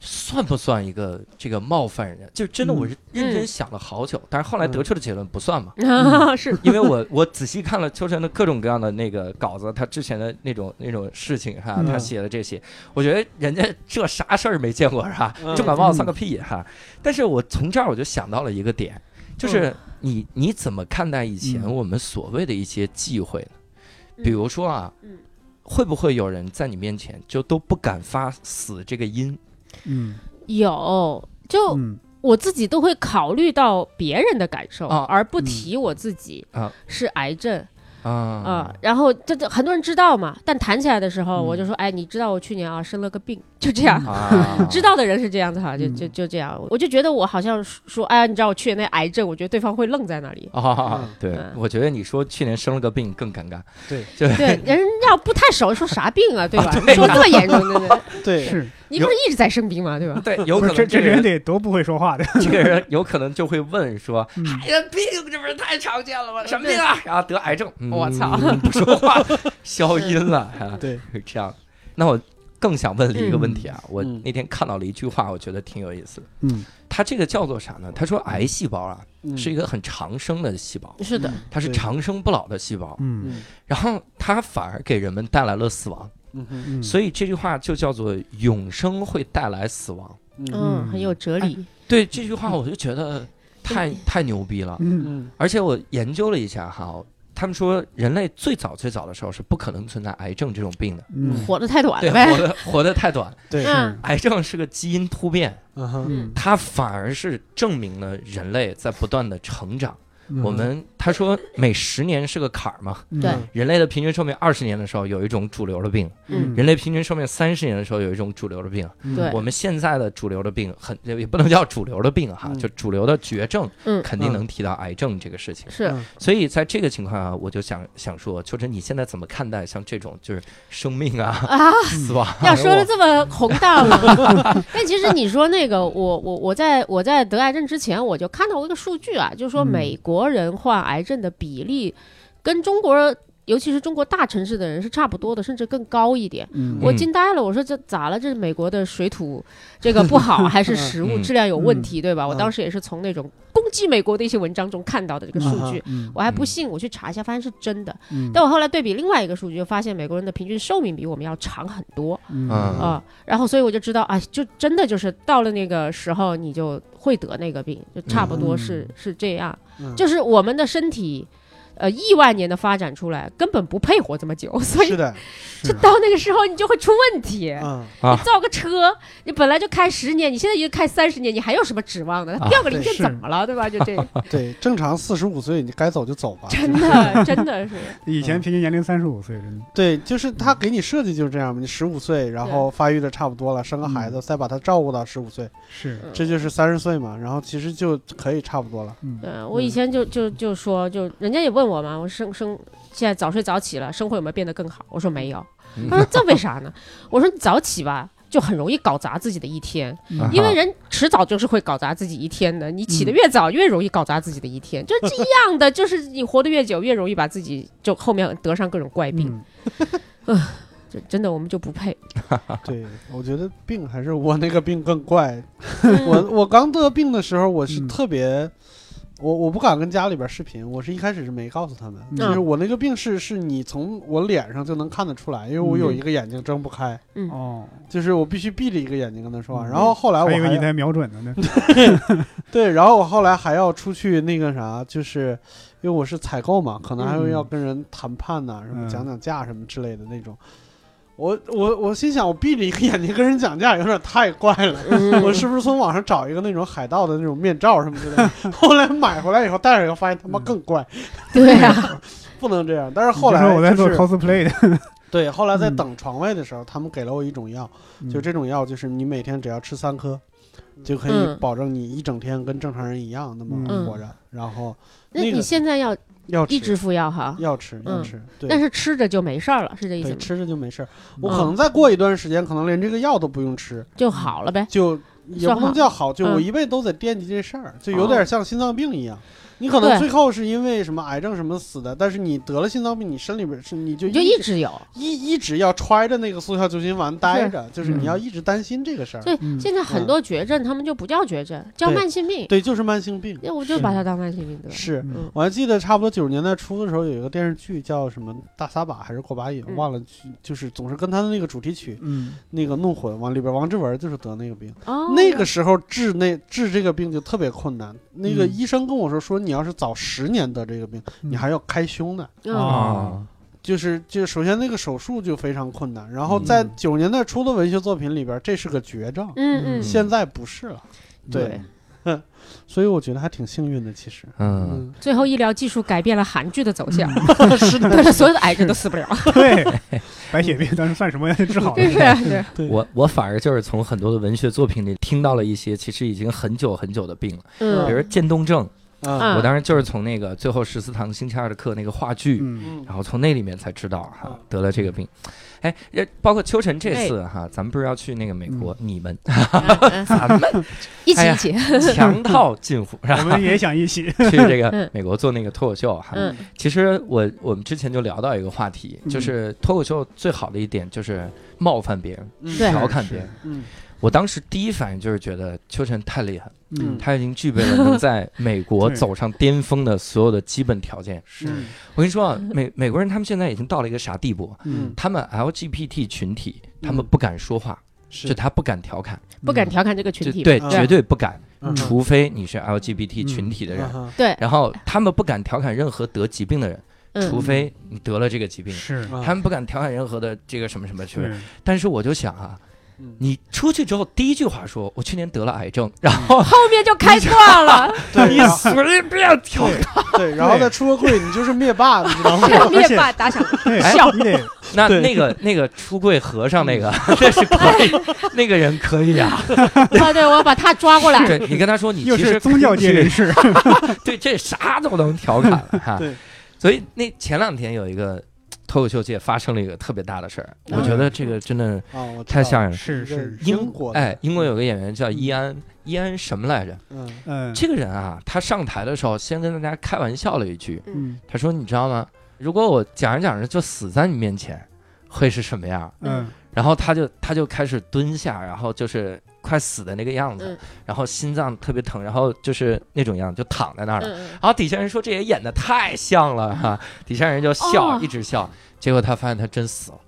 算不算一个这个冒犯人家？就真的我是认真想了好久，但是后来得出的结论不算嘛，
嗯 是
因为我我仔细看了秋晨的各种各样的那个稿子，他之前的那种那种事情哈，
嗯
他写的这些，我觉得人家这啥事儿没见过是吧
嗯？
正版报算个屁哈！但是我从这儿我就想到了一个点，就是你你怎么看待以前
嗯
我们所谓的一些忌讳呢？比如说啊
嗯，
会不会有人在你面前就都不敢发“死”这个音？
嗯
有就
嗯
我自己都会考虑到别人的感受，
啊
而不提我自己、
啊
是癌症啊、
啊
然后这这很多人知道嘛，但谈起来的时候，
嗯
我就说，哎，你知道我去年啊生了个病， 就这样。
啊。
知道的人是这样子哈，就
嗯
就就这样，我就觉得我好像说，哎呀，你知道我去年那癌症，我觉得对方会愣在那里
啊
嗯！
对
嗯，
我觉得你说去年生了个病更尴尬。
对
就
对，人要不太熟，说啥 病啊，对吧？
啊对
说这么严重的 呢，
对，
是，
你不是一直在生病吗？对吧？
对，有
不
可能
是这
这
这
个
人
人
得多不会说话的，
这个人有可能就会问说
嗯：“
哎呀，病这不是太常见了吗？什么病啊？然后得癌症，嗯
我操，
不说话，消音了。啊”
对，
是这样。那我更想问你一个问题啊，我
嗯
那天看到了一句话，我觉得挺有意思的。
嗯
它这个叫做啥呢？他说，癌细胞啊
嗯
是一个很长生的细胞，
是的，
它是
对
长生不老的细胞，
嗯
嗯
然后它反而给人们带来了死亡。
嗯哼
嗯，
所以这句话就叫做“永生会带来死亡”。
嗯
嗯，很有哲理。
对这句话，我就觉得太太牛逼了。
嗯
嗯
而且我研究了一下哈，他们说人类最早最早的时候是不可能存在癌症这种病的，
嗯
活得太短
对，
了呗。
活得活得太短。
对
嗯
癌症是个基因突变，
嗯哼
嗯，
它反而是证明了人类在不断的成长。
嗯
我们他说每十年是个坎儿嘛，
对
嗯
人类的平均寿命二十年的时候有一种主流的病，
嗯
人类平均寿命三十年的时候有一种主流的病。
嗯
对
我们现在的主流的病很也不能叫主流的病哈，
嗯
就主流的绝症，
嗯
肯定
嗯
能提到癌症这个事情。
是
嗯
所以在这个情况下，我就想想说，秋晨，你现在怎么看待像这种就是生命 啊、
啊，
死亡啊？
要说的
我
这么宏大吗？ 但其实你说那个，我我我在我在得癌症之前，我就看到过一个数据啊，就是说
嗯
美国人患癌症的比例跟中国。尤其是中国大城市的人是差不多的，甚至更高一点。
嗯
我惊呆了，我说这咋了？这是美国的水土这个不好，还是食物
嗯
质量有问题，对吧？我
嗯
当时也是从那种攻击美国的一些文章中看到的这个数据，
嗯
我还
嗯
不信，我去查一下，发现是真的。
嗯
但我后来对比另外一个数据，就发现美国人的平均寿命比我们要长很多
嗯
嗯
啊、然后所以我就知道，哎，就真的就是到了那个时候，你就会得那个病，就差不多是、
嗯
是这样。
嗯
就是我们的身体，呃，亿万年的发展出来，根本不配活这么久，所以
是的，
就
啊
到那个时候你就会出问题。
嗯
啊
造个车，你本来就开十年，你现在就开三十年，你还有什么指望呢？它掉个零
对
件
是
怎么了，对吧？就这，
对，正常四十五岁你该走就走吧，
真的真的是，
以前平均年龄三十五岁，真的，
对，就是他给你设计就是这样嘛，你十五岁，然后发育的差不多了，生个孩
嗯
子，再把他照顾到十五岁，
是，
嗯
这就是三十岁嘛，然后其实就可以差不多了。
嗯
对，我以前就就就说，就人家也问我嘛，我生生现在早睡早起了，生活有没有变得更好？我说没有。
嗯
他说这为啥呢？我说你早起吧，就很容易搞砸自己的一天，
嗯
因为人迟早就是会搞砸自己一天的。你
嗯
起得越早，越容易搞砸自己的一天，就是这样 的。就是你活得越久，越容易把自己就后面得上各种怪病。
嗯
就真的，我们就不配。
对，我觉得病还是我那个病更怪。我
嗯
我刚得病的时候，我是
嗯
特别，我我不敢跟家里边视频，我是一开始是没告诉他们，
嗯
就是我那个病是是你从我脸上就能看得出来，因为我有
嗯
一个眼睛睁不开，
哦，
就是我必须闭着一个眼睛跟他说话。
嗯
然后后啊来我
还以为
还
你在瞄准呢呢，
对，然后我后来还要出去那个啥，就是因为我是采购嘛，可能还会要跟人谈判呐、什
嗯
么讲讲价什么之类的那种。我我我心想，我闭着一个眼睛跟人讲价有点太怪了，
嗯
嗯我是不是从网上找一个那种海盗的那种面罩什么之类的？ 后来买回来以后戴上以后，发现他
嗯
妈更怪，
对啊呀，
不能这样。但是后来、
你就
就、
是说我在做 cosplay 的，
对，后来在
嗯
等床位的时候，他们给了我一种药，
嗯
就这种药就是你每天只要吃三颗，就可以
嗯
保证你一整天跟正常人一样那么
嗯
活着。然后
那
那个
你现在要
要
一
吃
直服药哈，
要吃要
嗯
吃，对，
但是吃着就没事儿了，是这意思
对
吗？
吃着就没事儿。我
嗯
可能再过一段时间，可能连这个药都不用吃，
就好了呗。
就也
算
不能
好
叫好，就我
嗯
哦
一辈子都在惦记这事儿，就有点像心脏病一样。你可能
对
最后是因为什么癌症什么死的，但是你得了心脏病，你身里边是你就
你就
一
一
直
直有。
一一直要揣着那个速效救心丸待着，就是
嗯
你要一直担心这个事儿。
对
嗯，
现在很多绝症他们就不叫绝症，叫
对
慢性病。
对，就是慢性病。
那我就是把它当慢性病得了。
是
嗯
我还记得差不多九十年代初的时候，有一个电视剧叫什么《大撒把》还是《过把瘾》，
嗯
忘了，就是总是跟他的那个主题曲
嗯，
那个《怒魂》往里边，王志文就是得那个病。
哦，
那个时候治那治这个病就特别困难。那个
嗯
医生跟我说，说你要是早十年得这个病，你还要开胸呢。
嗯
啊
就是就首先那个手术就非常困难，然后在
嗯
九十年代初的文学作品里边，这是个绝症，
嗯嗯，
现在不是了。对
对，
所以我觉得还挺幸运的，其实。
嗯，
最后医疗技术改变了韩剧的走向，
是的，
但 是所有的癌症都死不了，
对， 白血病当时算什么呀？治好了
真。是对
对，
我我反而就是从很多的文学作品里听到了一些其实已经很久很久的病了，
嗯
比如渐冻症，
啊，
我当时就是从那个最后十四堂星期二的课那个话剧，
嗯
然后从那里面才知道哈、
嗯哎
得了这个病。哎，也包括秋晨这次哈、咱们不是要去那个美国，你们
啊
嗯嗯
咱们
一
哎
起
呀
一起，
强套近乎，然
我
后
们也想一起。
去这个
嗯
美国做那个脱口秀哈、
嗯
其实我我们之前就聊到一个话题，
嗯
就是脱口秀最好的一点就是冒犯别人、
嗯
对
调侃别人。
嗯
我当时第一反应就是觉得秋晨太厉害了，
嗯
他已经具备了能在美国
对
走上巅峰的所有的基本条件。
是
嗯
我跟你说啊，美美国人他们现在已经到了一个啥地步？啊
嗯
他们 LGBT 群体，他们
嗯
不敢说话，
是
就他不敢调侃，
不
嗯
敢调侃这个群
就
体，
对，
吧
绝对不敢，
嗯
除非你是 LGBT 群体的人。
嗯
对，
然后他们不敢调侃任何得疾病的人，除
嗯，
非你得了这个疾病。
是
嗯
他们不敢调侃任何的这个什么什么去，
是，
但是我就想啊，
嗯
你出去之后第一句话说，我去年得了癌症，然后
后面就开挂了，
对
你
然后
随便调侃。
对，然后再出个柜，你就是灭霸，你知道 吗？
上
而
面
且
把打赏，
对，
笑
你得
那
对嗯
那个那个出柜和尚那个 那是可以，那个人可以啊。
啊，对，我要把他抓过来。
对你跟他说你
又
其实
是宗教界人士。
对这啥都能调侃了哈。
对，
所以那前两天有一个脱口秀界发生了一个特别大的事儿，
嗯
我觉得这个真的
啊，我知
太
道
吓人了。
是是，
一个英国的
哎，英国有个演员叫伊安，伊安什么来着？
嗯
嗯
这个人啊，他上台的时候先跟大家开玩笑了一句，
嗯
他说：“你知道吗？如果我讲着讲着就死在你面前，会是什么样？”
嗯
然后他就他就开始蹲下，然后就是快死的那个样子，
嗯
然后心脏特别疼，然后就是那种样，就躺在那儿了。
嗯，
然后底下人说这也演的太像了哈、底下人就笑，
哦
一直笑。结果他发现他真死了，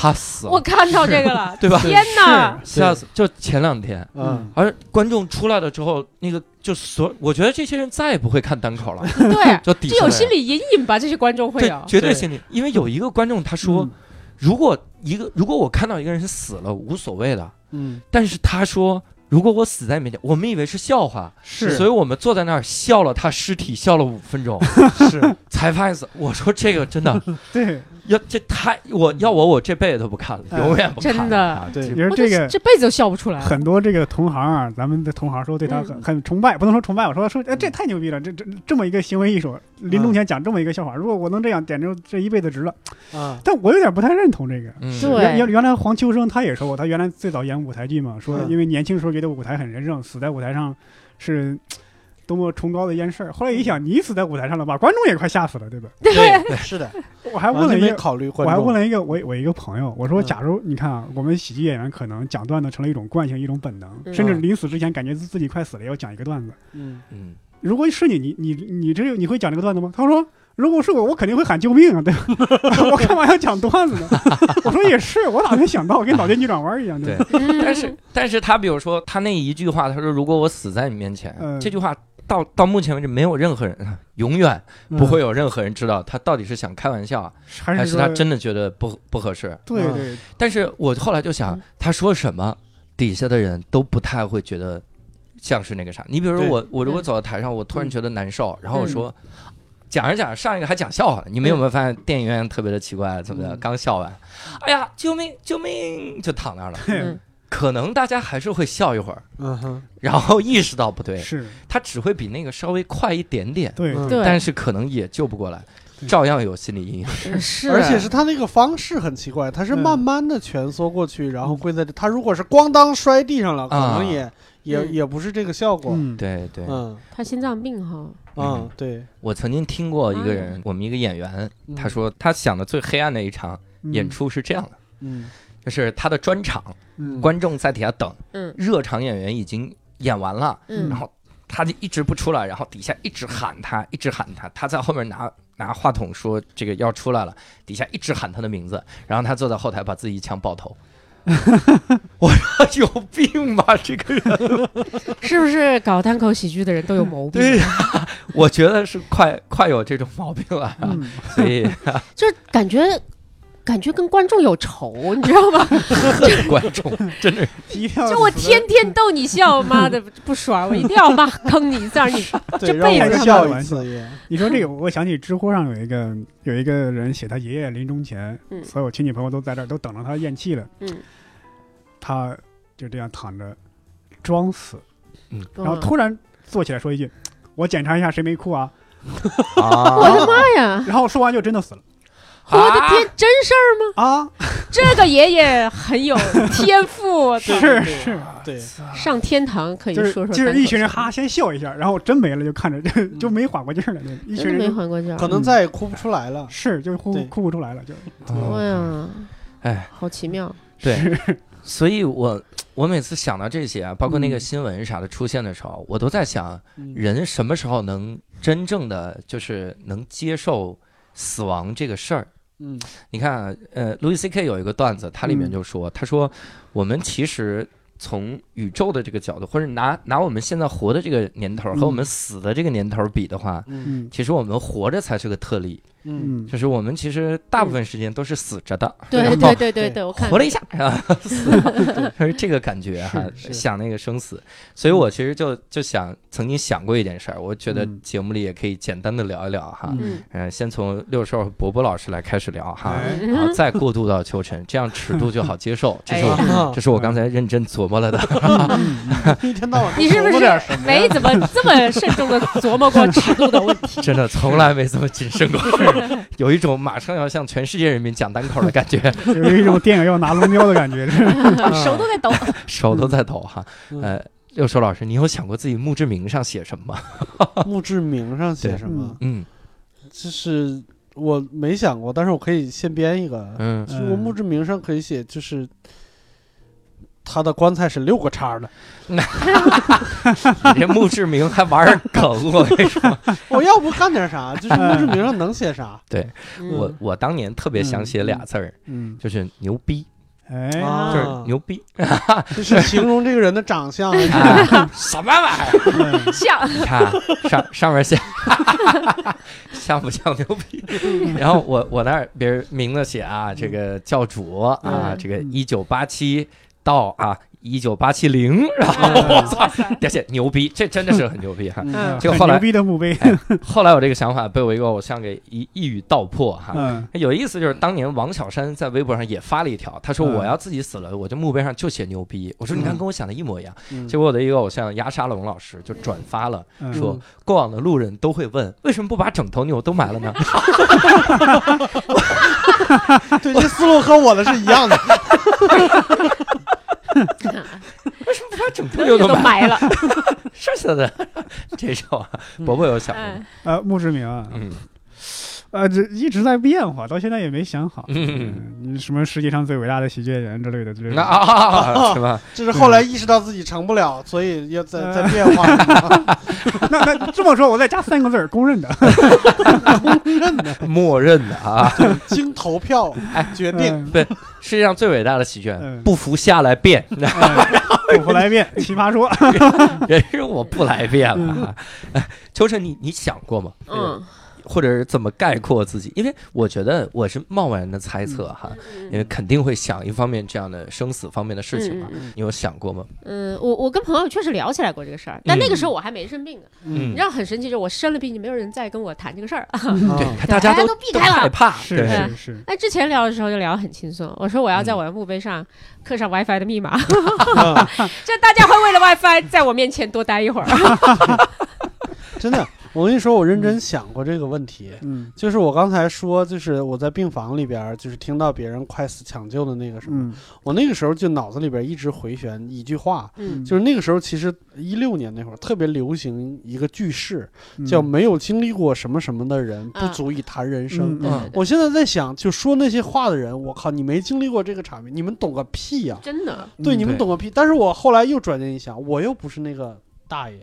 他死
我
了，
看到这个了，
对吧？
天哪，
吓死！就前两天，
嗯，
而观众出来了之后，那个就所，我觉得这些人再也不会看单口 了，
对，
就底下
这有
的
心
人
理阴影吧？这些观众会有
对，，绝对
对
心理，因为有一个观众他说，
嗯
如果一个如果我看到一个人死了无所谓的，
嗯
但是他说，如果我死在你面前，我们以为是笑话，
是，
所以我们坐在那儿笑了他尸体，笑了五分 钟，
是
才发现死。我说这个真的
对，
要这太我要我我这辈子都不看了，
哎
永远不看了。
真的
啊
对
也
这
是
我
这个
这辈子都笑不出来了，
很多这个同行啊，咱们的同行说对他很很崇拜，不能说崇拜，我说说哎这太牛逼了，这这这么一个行为艺术，临终前讲这么一个笑话，如果我能这样，简直这一辈子值了。
啊，
但我有点不太认同这个。
嗯
对
原原原来黄秋生他也说过，他原来最早演舞台剧嘛，说
嗯
因为年轻时候觉得舞台很神圣，死在舞台上是多么崇高的一件事儿。后来一想，你死在舞台上了，把观众也快吓死了，对吧？
对，是的，
我还问
完
了
全
一
没
个，
考虑
我
观
还
众，
问了一个我我一个朋友，我说，
嗯
假如你看啊，我们喜剧演员可能讲段子成了一种惯性，一种本能，
嗯
甚至临死之前感觉自己快死了也要讲一个段子。
嗯，
嗯，
如果是你，你你你这你会讲这个段子吗？他说。如果是我，我肯定会喊救命啊，对吧？ 我干嘛要讲段子呢？ 我说也是，我咋没想到？我跟脑筋急转弯一样，对吧，
但是但是他比如说他那一句话，他说如果我死在你面前，
嗯
这句话到到目前为止没有任何人， 永远不会有任何人知道他到底是想开玩笑啊，
还
还
嗯是
是
说
他真的啊觉得不不合适。
对
嗯
对，
但是我后来就想
嗯，
他说什么，底下的人都不太会觉得像是那个啥。你比如说
对
我，我如果走到台上，我突然觉得难受，然后我说。讲着讲着，上一个还讲笑话了。你们有没有发现电影院特别的奇怪？怎么的？
嗯
刚笑完，哎呀，救命，救命，就躺那儿了。
嗯
可能大家还是会笑一会儿，
嗯哼，
然后意识到不对，
是，
他只会比那个稍微快一点点，
对
嗯
对，
但是可能也救不过来，
对
照样有心理 阴影。
嗯
是，
而且是他那个方式很奇怪，他是慢慢的蜷缩过去，然后跪在这。他如果是咣当嗯摔地上了，可能也也也不是这个效果。
嗯，
对对，
嗯，
他心脏病哈，
嗯，对，
我曾经听过一个
啊
人，我们一个演员，
嗯
他说他想的最黑暗的一场演，出是这样的，
嗯
就是他的专场，
嗯，
观众在底下等，
嗯
热场演员已经演完了，
嗯
然后他就一直不出来，然后底下一直喊他，一直喊他，他在后面拿拿话筒说这个要出来了，底下一直喊他的名字，然后他坐在后台把自己一枪爆 头。我说有病吧，这个人，
是不是搞单口喜剧的人都有毛病？啊
对呀、我觉得是快快有这种毛病了，
嗯，
所以
就是感觉感觉跟观众有仇， 你知道吗？
观众真的
嗯一定 要
就我天天逗你笑，妈的 不爽，我一定要骂坑你一下，你
对，
就
让
被
我
人家
笑
玩
一次也，
你说这个，我想起知乎上有一个有一个人写他爷爷临终前，
嗯
所有亲戚朋友都在这儿，都等着他咽气了。
嗯
他就这样躺着装死，然后
嗯
突然坐起来说一句：“我检查一下谁没哭啊。
啊，
我的妈呀！”
然后说完就真的死了。
我的天，真事儿吗？
啊，
这个爷爷很有天赋，我操
是是，
对，
上天堂可以
就是
说说，
就是一群人哈，先笑一下，然后真没了，就看着就就没缓过劲儿来，就一群
真的没
人就
缓过劲儿啊
可。能再也哭不出来了。
是就哭
对
哭不出来了，就
啊
哎呀，
哎，
好奇妙。
对，所以我我每次想到这些啊，包括那个新闻啥的出现的时候，我都在想，
嗯
人什么时候能真正的就是能接受死亡这个事儿？
嗯
你看啊，呃，Louis C.K. 有一个段子，他里面就说，他说我们其实从宇宙的这个角度，或者拿拿我们现在活的这个年头儿和我们死的这个年头儿比的话，
嗯
嗯
其实我们活着才是个特例，
嗯
嗯，
就是我们其实大部分时间都是死着的，
对
然后
对对对
对
对，我看
活了一下， 啊，死了，就是这个感觉哈、
是嗯是
想那个生死，所以我其实就就想曾经想过一件事儿，我觉得
嗯
节目里也可以简单的聊一聊哈，嗯、
嗯
先从六兽和伯伯老师来开始聊哈，
哎
然后再过渡到秋晨，这样尺度就好接 受，这是我、
啊
这是我刚才认真琢磨了的，
嗯
一天到晚
你是不
琢
是
磨点什么呀
没怎么这么慎重的琢磨过尺度的问题？
真的从来没这么谨慎过， 有一种马上要向全世界人民讲单口的感 觉，
嗯有一种电影要拿龙标的感觉，是
啊
手都在 抖。
手都在抖哈，
嗯
呃。六兽老师，你有想过自己墓志铭上写什么吗？
墓志铭上写
对
什么？
嗯
就是我没想过，但是我可以现编一个。啊
嗯，
就是我墓志铭上可以写，就是他的棺材是六个叉儿的。
你这墓志铭还玩儿梗，我跟你说，
我要不干点啥？就是墓志铭上能写 啥？
我我当年特别想写俩字儿，
嗯，
就是牛逼，
哎，
就
啊
是牛逼，嗯
就是形容这个人的长相。
啊什么玩意儿？
嗯
像
你看啊上上面写， 像不像牛逼？然后我我那儿别人名字写啊，这个教主啊，
嗯
这个一九八七到啊一九八七零，然
嗯
后我操，底下写牛逼，这真的是很牛逼哈。
嗯
结果
很
后来
牛逼的墓碑，
后来我这个想法被我一个偶像给一一语道破哈，
嗯
有意思就是，当年王小山在微博上也发了一条，他说
嗯
我要自己死了，我这墓碑上就写牛逼。我说你看，
嗯
跟我想的一模一样。
嗯
结果我的一个偶像鸭沙龙老师就转发了，
嗯
说过往的路人都会问，为什么不把整头牛都埋了呢？
对，这思路和我的是一样的。
不把整头
都
牛
都
都埋，
埋了，
剩下的 这首啊，伯伯有想过吗？
呃，墓志铭啊，
嗯
呃，这一直在变化，到现在也没想好。
嗯，
你什么世界上最伟大的喜剧演员之类的之类
那
的。
啊，是吧？
就是后来意识到自己成不了，所以要在在变化。
那那这么说，我再加三个字儿，公认的。
默认的啊，
对，经投票决定。
嗯
世界上最伟大的喜剧人
嗯
不服下来辩，
嗯古不来辩，奇葩说。
人是我不来辩了啊。 哎秋晨，你你想过吗？
嗯，
或者是怎么概括自己？因为我觉得我是贸然的猜测
嗯
哈，因为肯定会想一方面这样的生死方面的事情嘛。
嗯
你有想过吗？
嗯，我我跟朋友确实聊起来过这个事儿，但那个时候我还没生病呢。
嗯
你知道很神奇，就是我生了病，就没有人再跟我谈这个事儿了。
嗯对，
对，
大家
大家
都
都避开了
害怕，
是
对，
是是，
哎，之前聊的时候就聊得很轻松，我说我要
嗯
在我的墓碑上刻上 WiFi 的密 码， 就大家会为了 WiFi 在我面前多待一会儿。
真的，我跟你说，我认
嗯
真想过这个问题，
嗯
就是我刚才说，就是我在病房里边儿，就是听到别人快死抢救的那个什么，
嗯
我那个时候就脑子里边一直回旋一句话，
嗯
就是那个时候其实一六年那会儿特别流行一个句式，
嗯
叫“没有经历过什么什么的人不
啊
足以谈人生”
嗯
嗯
我现在在想，就说那些话的人，我靠，你没经历过这个场面，你们懂个屁呀、
真的，
嗯
对，你们
对
懂个屁。但是我后来又转念一想，我又不是那个大爷，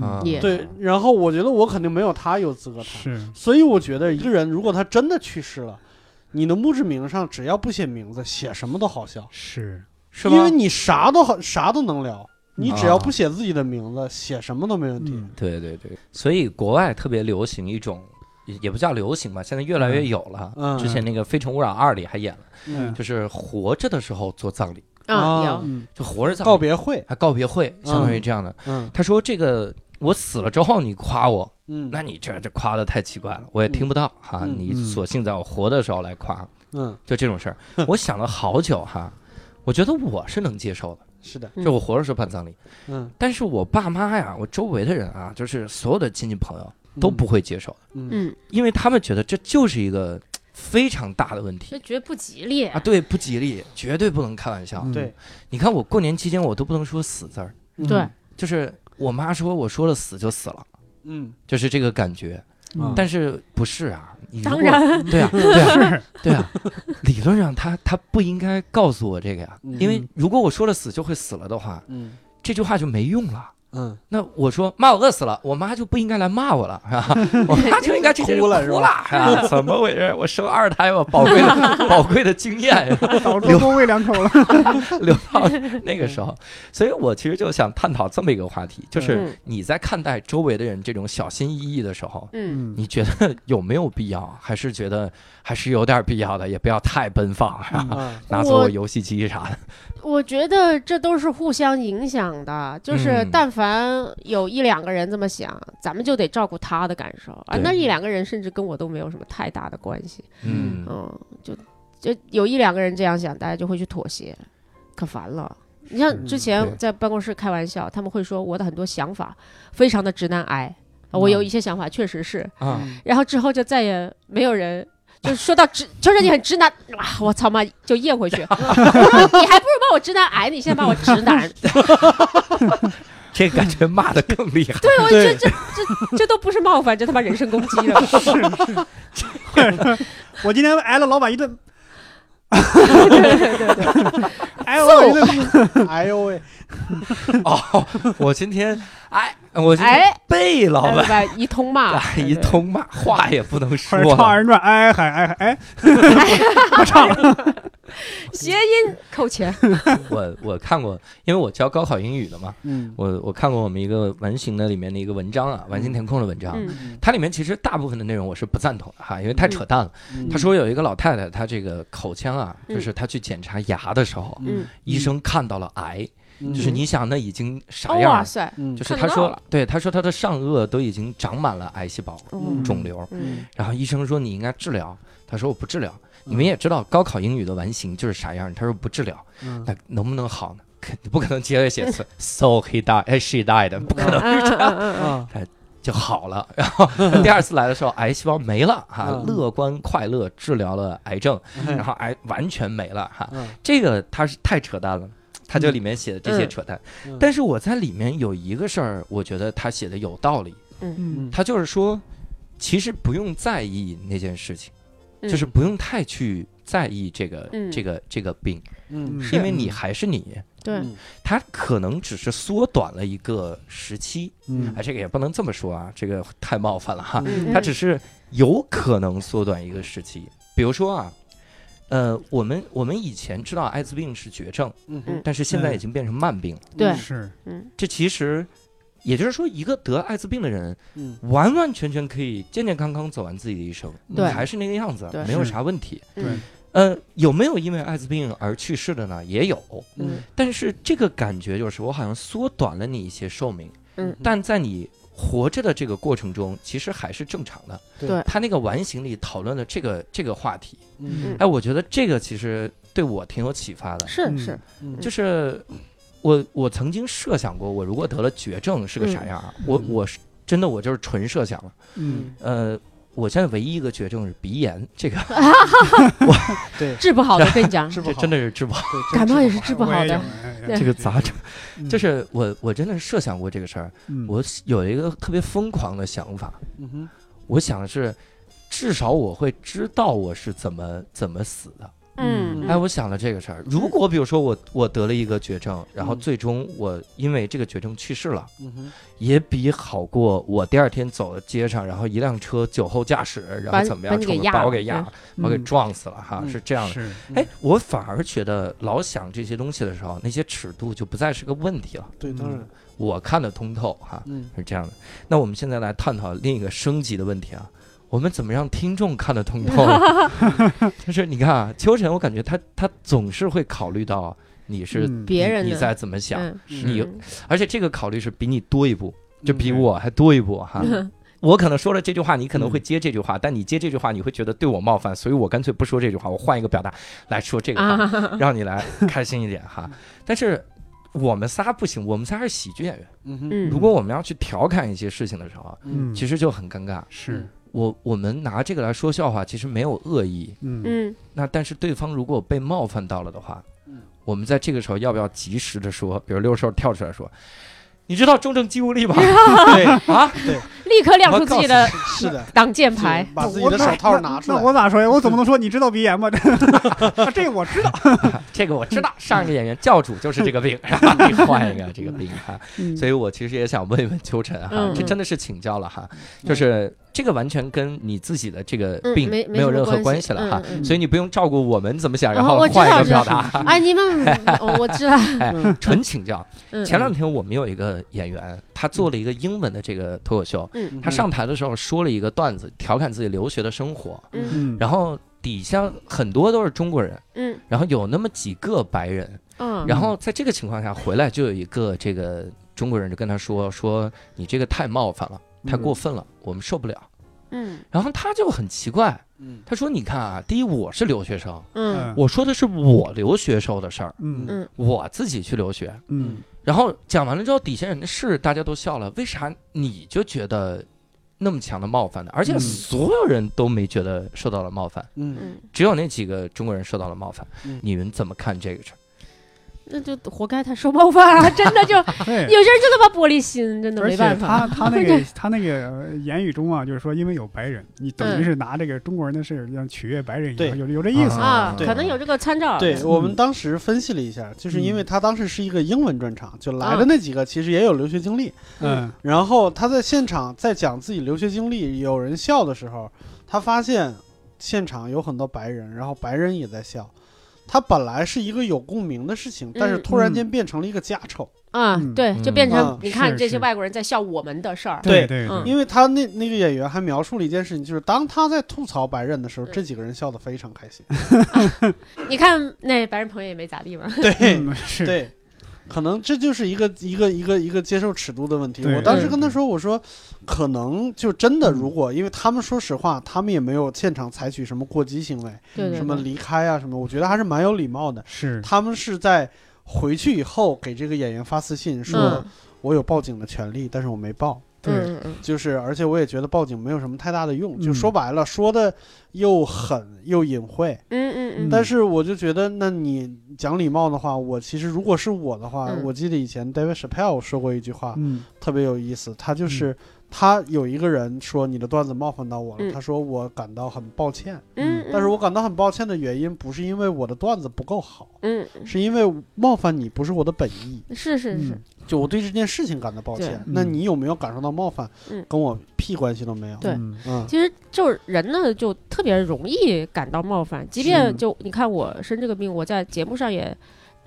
啊
嗯
也
对，然后我觉得我肯定没有他有资格谈，
是
所以我觉得一个人如果他真的去世了，你的墓志铭上只要不写名字，写什么都好笑，
是
是
因
吧
为？你啥都好，啥都能聊。你只要
啊
不写自己的名字，写什么都没问题。
嗯
对对对，所以国外特别流行一种，也也不叫流行吧，现在越来越有了。
嗯
之前那个《非诚勿扰二》里还演了，
嗯
就是活着的时候做葬礼，哦
啊，
啊
有，
嗯
就活着葬礼
告别会，
还告别会，相当于这样的。
嗯
他说这个我死了之后你夸我，
嗯
那你这这夸的太奇怪了，我也听不到哈、
嗯
你
嗯
索性在我活的时候来夸，
嗯，
就这种事儿，我想了好久哈，我觉得我是能接受的，
是的，
就我活着时候办葬礼。
嗯
但是我爸妈呀，我周围的人啊，就是所有的亲戚朋友都不会接受的，
嗯
嗯，
因为他们觉得这就是一个非常大的问
就
题
觉得不吉利
啊，，对，不吉利，绝对不能开玩笑。
嗯
对
你看我过年期间我都不能说死字儿，
对，
就是我妈说我说了死就死了，
嗯
就是这个感觉。
嗯
但是不是啊？你如
当
果
然，
对啊，对啊，对啊， 理论上他他不应该告诉我这个呀，
嗯
因为如果我说了死就会死了的话，
嗯
这句话就没用了。
嗯
那我说妈，我饿死了，我妈就不应该来骂我了， 是吧？我妈就应该直接
哭
哭了，
了是
是
吧
吧？怎么回事？我生二胎，我宝贵的 宝贵的经 验
导致多喂两口了，
留到那个时候，所以我其实就想探讨这么一个话题，就是
嗯
你在看待周围的人这种小心翼翼的时候，
嗯，
你觉得有没有必要？还是觉得还是有点必要的，也不要太奔放， 是吧？
啊
拿走我
我
游戏机啥的，
我觉得这都是互相影响的，就是
嗯
但凡有一两个人这么想，咱们就得照顾他的感受啊
对。
那一两个人甚至跟我都没有什么太大的关系，
嗯，
嗯，就就有一两个人这样想，大家就会去妥协，可烦了。你像之
嗯对
前在办公室开玩笑，他们会说我的很多想法非常的直男癌，啊我有
嗯
一些想法确实是，
啊，
然后之后就再也没有人。就说到直，就是你很直男啊！我操妈，就 咽回去。我说你还不如骂我直男癌，你现在骂我直 男，
这感觉骂的更厉害。
对，我这这这这都不是冒犯，这他妈人身攻击 了。
我今天挨了老板一顿，
对对对对，
挨了老板一顿，
哎呦喂，
哦，我今天哎，我今天
哎，
被老板
哎一通骂，
打 一通骂，话也不能
或
说
者 唱二
了。
人转，哎嗨哎嗨哎，
谐音扣钱。
我我看过，因为我教高考英语的嘛，
嗯
我我看过我们一个完形的里面的一个文章啊，完形填空的文章，
嗯
它里面其实大部分的内容我是不赞同的哈，因为太扯淡了。
嗯
他说有一个老太太，她这个口腔啊，
嗯
就是她去检查牙的时候，
嗯，
医生看到了癌，
嗯
就是你想那已经啥样
哦哇
了？
塞，
嗯
就是
看
他
得到
说
了，
对他说他的上颚都已经长满了癌细胞、
嗯
肿瘤，
嗯
然后医生说你应该治疗，他说我不治疗。你们
嗯
也知道高考英语的完形就是啥样，他说不治疗，
嗯
那能不能好呢？肯不可能接着写 词，so he died，哎，she died，不可能
嗯嗯嗯嗯，
啊
就好了。然 后第二次来的时候，癌细胞没了哈
嗯，
乐观快乐治疗了癌症，
哎
然后癌完全没了哈。
嗯
这个他是太扯淡了，他就里面写的这些扯淡。
嗯
但是我在里面有一个事儿，我觉得他写的有道理，
嗯
他就是说，其实不用在意那件事情，
嗯
就是不用太去在意这个、
嗯
这个这个病，
嗯
是
因为你还是你，
对，
它可能只是缩短了一个时期。
嗯
哎，这个也不能这么说啊，这个太冒犯了哈。
嗯
它只是有可能缩短一个时期。比如说啊，呃，我们我们以前知道艾滋病是绝症，
嗯
但是现在
嗯
已经变成慢病了。
对
是
嗯
这其实，也就是说，一个得艾滋病的人，
嗯
完完全全可以健健康康走完自己的一生，你
对
还是那个样子
对，
没有
是
啥问题。
对
嗯
呃，有没有因为艾滋病而去世的呢？也有，
嗯
但是这个感觉就是，我好像缩短了你一些寿命，
嗯
但在你活着的这个过程中，其实还是正常的。
对
他那个完形里讨论的这个这个话题，
嗯
哎，我觉得这个其实对我挺有启发的，
是
嗯
是，
嗯
嗯
就是我我曾经设想过，我如果得了绝症是个啥样啊？我我是真的我就是纯设想了。
嗯，
呃，我现在唯一一个绝症是鼻炎， 这个
对，
治不好的，跟 你讲，
治不
这
好，
真的是治不好。
对
感冒也是
治
治
不
不
好
好
我也有
的。
哎呀
对
这个咋整？
嗯
就是我我真的设想过这个事儿，
嗯
我有一个特别疯狂的想法，
嗯哼，
我想的是。至少我会知道我是怎么怎么死的。
嗯，
哎，我想了这个事儿。如果比如说我我得了一个绝症，然后
嗯
最终我因为这个绝症去世了，
嗯哼，
也比好过我第二天走在街上，然后一辆车酒后驾驶，然
把
后怎么
把
样
你
冲
给
着
压
把我
了
给压
嗯
了，把我给
嗯
撞死了哈，
嗯
是这样的。
是
哎，我反而觉得老想这些东西的时候，那些尺度就不再是个问题了，
对，当然，
我看得通透哈，
嗯，
是这样的。那我们现在来探讨另一个升级的问题啊。我们怎么让听众看得通透 呢？就是你看啊，秋晨，我感觉他他总是会考虑到你是
嗯
别人
你你
的
在怎么想，
嗯
是
你
嗯
而且这个考虑是比你多一步，就比
嗯
我还多一步哈。 我可能说了这句话，你可能会接这句话，但你接这句话，你会觉得对我冒犯，所以我干脆不说这句话，我换一个表达来说这个话，让你来开心一点哈。但是我们仨不行，我们仨是喜剧演员。
嗯哼，
嗯
如果我们要去调侃一些事情的时候，啊
嗯
其实就很尴尬。
是
我我们拿这个来说笑话，其实没有恶意。
嗯
嗯
那但是对方如果被冒犯到了的话
嗯，
我们在这个时候要不要及时的说，比如六兽跳出来说，你知道重症肌无 力吧？
对，
啊，
立刻亮出自己的
是的，
挡箭牌。
把自己
我
的
那
手套
那
拿出
那
来，
我咋说呀？我怎么能说你知道鼻炎吗？这啊 这我知道。
这个我知道，上一个演员教主就是这个病， 你换一个这个病哈。
嗯
所以我其实也想问一问秋晨哈
嗯，
这真的是请教了哈，就是这个完全跟你自己的这个
嗯
病
没
没有
什么
任何
关
关系了哈，
嗯嗯
所以你不用照顾我们怎么想，然后
哦我知道
换一个
知道
表 达，
嗯哎，你们，我我知道。
嗯
纯请教。
嗯
前两天我们有一个演员，他做了一个英文的这个脱口秀，
嗯
他上台的时候说了一个段子，调侃自己留学的生活，
嗯
嗯
然后底下很多都是中国人，
嗯
然后有那么几个白人。
嗯，
然后在这个情况下回来，就有一个这个中国人就跟他说：“说你这个太冒犯了，太过分了，我们受不了。
嗯”
然后他就很奇怪，
嗯
他说：“你看啊，第一我是留学生，
嗯
我说的是我留学时候的事儿，
嗯嗯
我自己去留学。
嗯”
然后讲完了之后，底下人的事大家都笑了，为啥你就觉得？那么强的冒犯的，而且
嗯
所有人都没觉得受到了冒犯，
嗯
嗯，
只有那几个中国人受到了冒犯。
嗯
你们怎么看这个事儿？
那就活该他受冒犯啊！ 真的就有
对。
些人就他妈玻璃心，真的
而且
没办法。
他他那个他那个言语中啊，就是说，因为有白人，你等于
嗯
是拿这个中国人的事儿让取悦白人一
对
样，有有这意思。
啊，
对
可能有这个参照。
对
嗯
我们当时分析了一下，就是因为他当时是一个英文专场，就来的
嗯
那几个其实也有留学经历。
嗯
然后他在现场在讲自己留学经历，有人笑的时候，他发现现场有很多白人，然后白人也在笑。他本来是一个有共鸣的事情，但是突然间变成了一个家丑，
啊，
嗯
对，就变
嗯
成你看
是
这些
是
外国人在笑我们的事儿。
对
对
对对
嗯
因为他那那个演员还描述了一件事情，就是当他在吐槽白人的时候，
嗯
这几个人笑得非常开心。
你看那白人朋友也没咋地嘛。
对，
嗯 是
对，可能这就是一个一个一个一个接受尺度的问题。
对
我当时
对
跟他
对
说，我说可能就真的，
嗯
如果因为他们说实话，他们也没有现场采取什么过激行为，
对
嗯
对
什么
对，
离开啊什么，我觉得还是蛮有礼貌的。
是
他们是在回去以后给这个演员发私信，说
嗯
我有报警的权利，但是我没报。
对
嗯嗯
就是，而且我也觉得报警没有什么太大的用，就
嗯
说白了，说的又狠又隐晦，
嗯嗯
嗯
嗯，
但是我就觉得，那你讲礼貌的话，我其实如果是我的话，
嗯
我记得以前 David Chappelle 说过一句话，
嗯
特别有意思，他就是、他有一个人说你的段子冒犯到我了，
嗯
他说我感到很抱歉，
嗯，
但是我感到很抱歉的原因不是因为我的段子不够好，
嗯
是因为冒犯你不是我的本意，
是是是
嗯，
就我对这件事情感到抱歉
对。
那
嗯
你有没有感受到冒犯？
嗯
跟我屁关系都没有。
对
嗯
嗯
其实就是人呢，就特别容易感到冒犯，即便
是
就你看我生这个病，我在节目上也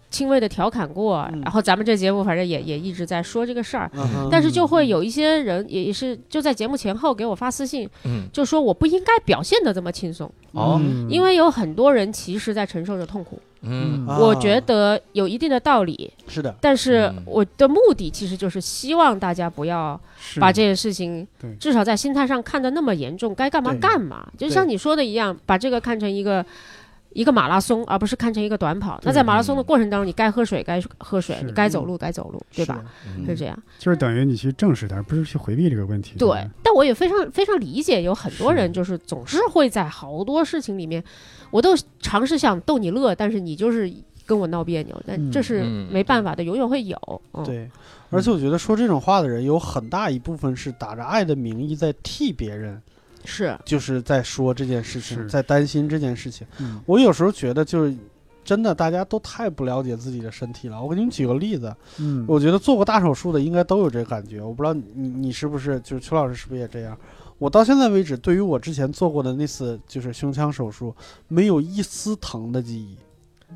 轻微的调侃过，
嗯
然后咱们这节目反正也也一直在说这个事儿。
嗯哼，
但是就会有一些人也也是就在节目前后给我发私信，
嗯，
就说我不应该表现的这么轻松，
哦，
嗯
因为有很多人其实在承受着痛苦。
嗯
啊
我觉得有一定的道理，
是的，
但是
嗯
我的目的其实就是希望大家不要
是
把这件事情
对
至少在心态上看得那么严重，该干嘛
对
干嘛。就像你说的一样，把这个看成一个一个马拉松，而不是看成一个短跑。那在马拉
嗯
松的过程当中，你该喝水该喝水
是，
你该走路该走路，对
啊
吧？
嗯
是这样。
就是等于你去正视它，而不是去回避这个问题。
对，但我也非常非常理解，有很多人就是总是会在好多事情里面，我都尝试想逗你乐，但是你就是跟我闹别扭，但这是
嗯
没办法的，永远会有。嗯、，
对，而且我觉得说这种话的人有很大一部分是打着爱的名义在替别人，
是
就是在说这件事情，
是
在担心这件事情。
嗯
我有时候觉得就是。真的，大家都太不了解自己的身体了。我给你们举个例子，
嗯，
我觉得做过大手术的应该都有这个感觉。我不知道你你你是不是，就是邱老师是不是也这样？我到现在为止，对于我之前做过的那次就是胸腔手术，没有一丝疼的记忆。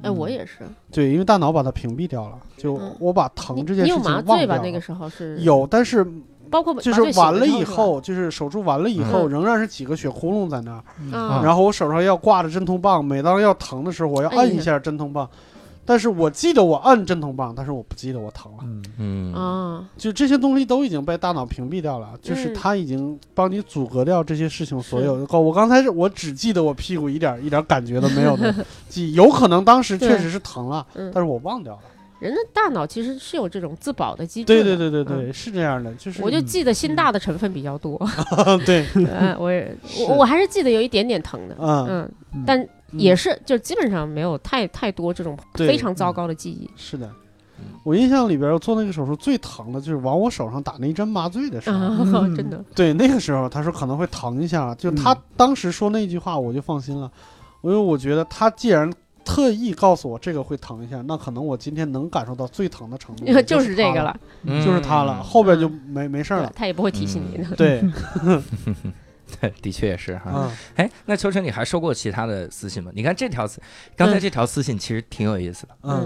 哎，我也是。
对，因为大脑把它屏蔽掉了，就
嗯
我把
你
疼这
你
件事
有
情
麻
忘掉
醉吧？
了。
那个时候是，
有，但是
包括
就
麻
是
醉醒
完了以
是吧，
后，就是手术完了以后，仍然是几个血窟窿在那儿。
嗯，
然后我手上要挂着针筒棒，每当要疼的时候，我要
摁一
按一下针筒棒。但是我记得我按针筒棒，但是我不记得我疼了。
嗯，
嗯
啊，
就这些东西都已经被大脑屏蔽掉了，就是
嗯
它已经帮你阻隔掉这些事情所
是
有。哦我我刚才是我只记得我屁股一点一点感觉都没有 的记忆，有可能当时确
对
实是疼了，
嗯
但是我忘掉了。
人的大脑其实是有这种自保的机制。
对对。对对对，是这样的，就是
嗯我就记得辛辣的成分比较多，
对，
嗯，我也我我还是记得有一点点疼的，
嗯，
嗯，但也是就基本上没有太太多这种
对嗯
非常糟糕的记忆。
是的。我印象里边，我做那个手术最疼的就是往我手上打那一针麻醉的时候，
啊，
嗯
真的，
对，那个时候他说可能会疼一下，就他
嗯
当时说那句话，我就放心了，因为我觉得他既然特意告诉我这个会疼一下，那可能我今天能感受到最疼的程度
就
就是
这
它
个
了，
了，
嗯就是他了，后边就
嗯
没没事儿
对
了。
他也不会提醒你的。
对，
嗯的确也是哈。
啊，
哎，那秋晨，你还收过其他的私信吗？你看这条私，刚才这条私信其实挺有意思的，
嗯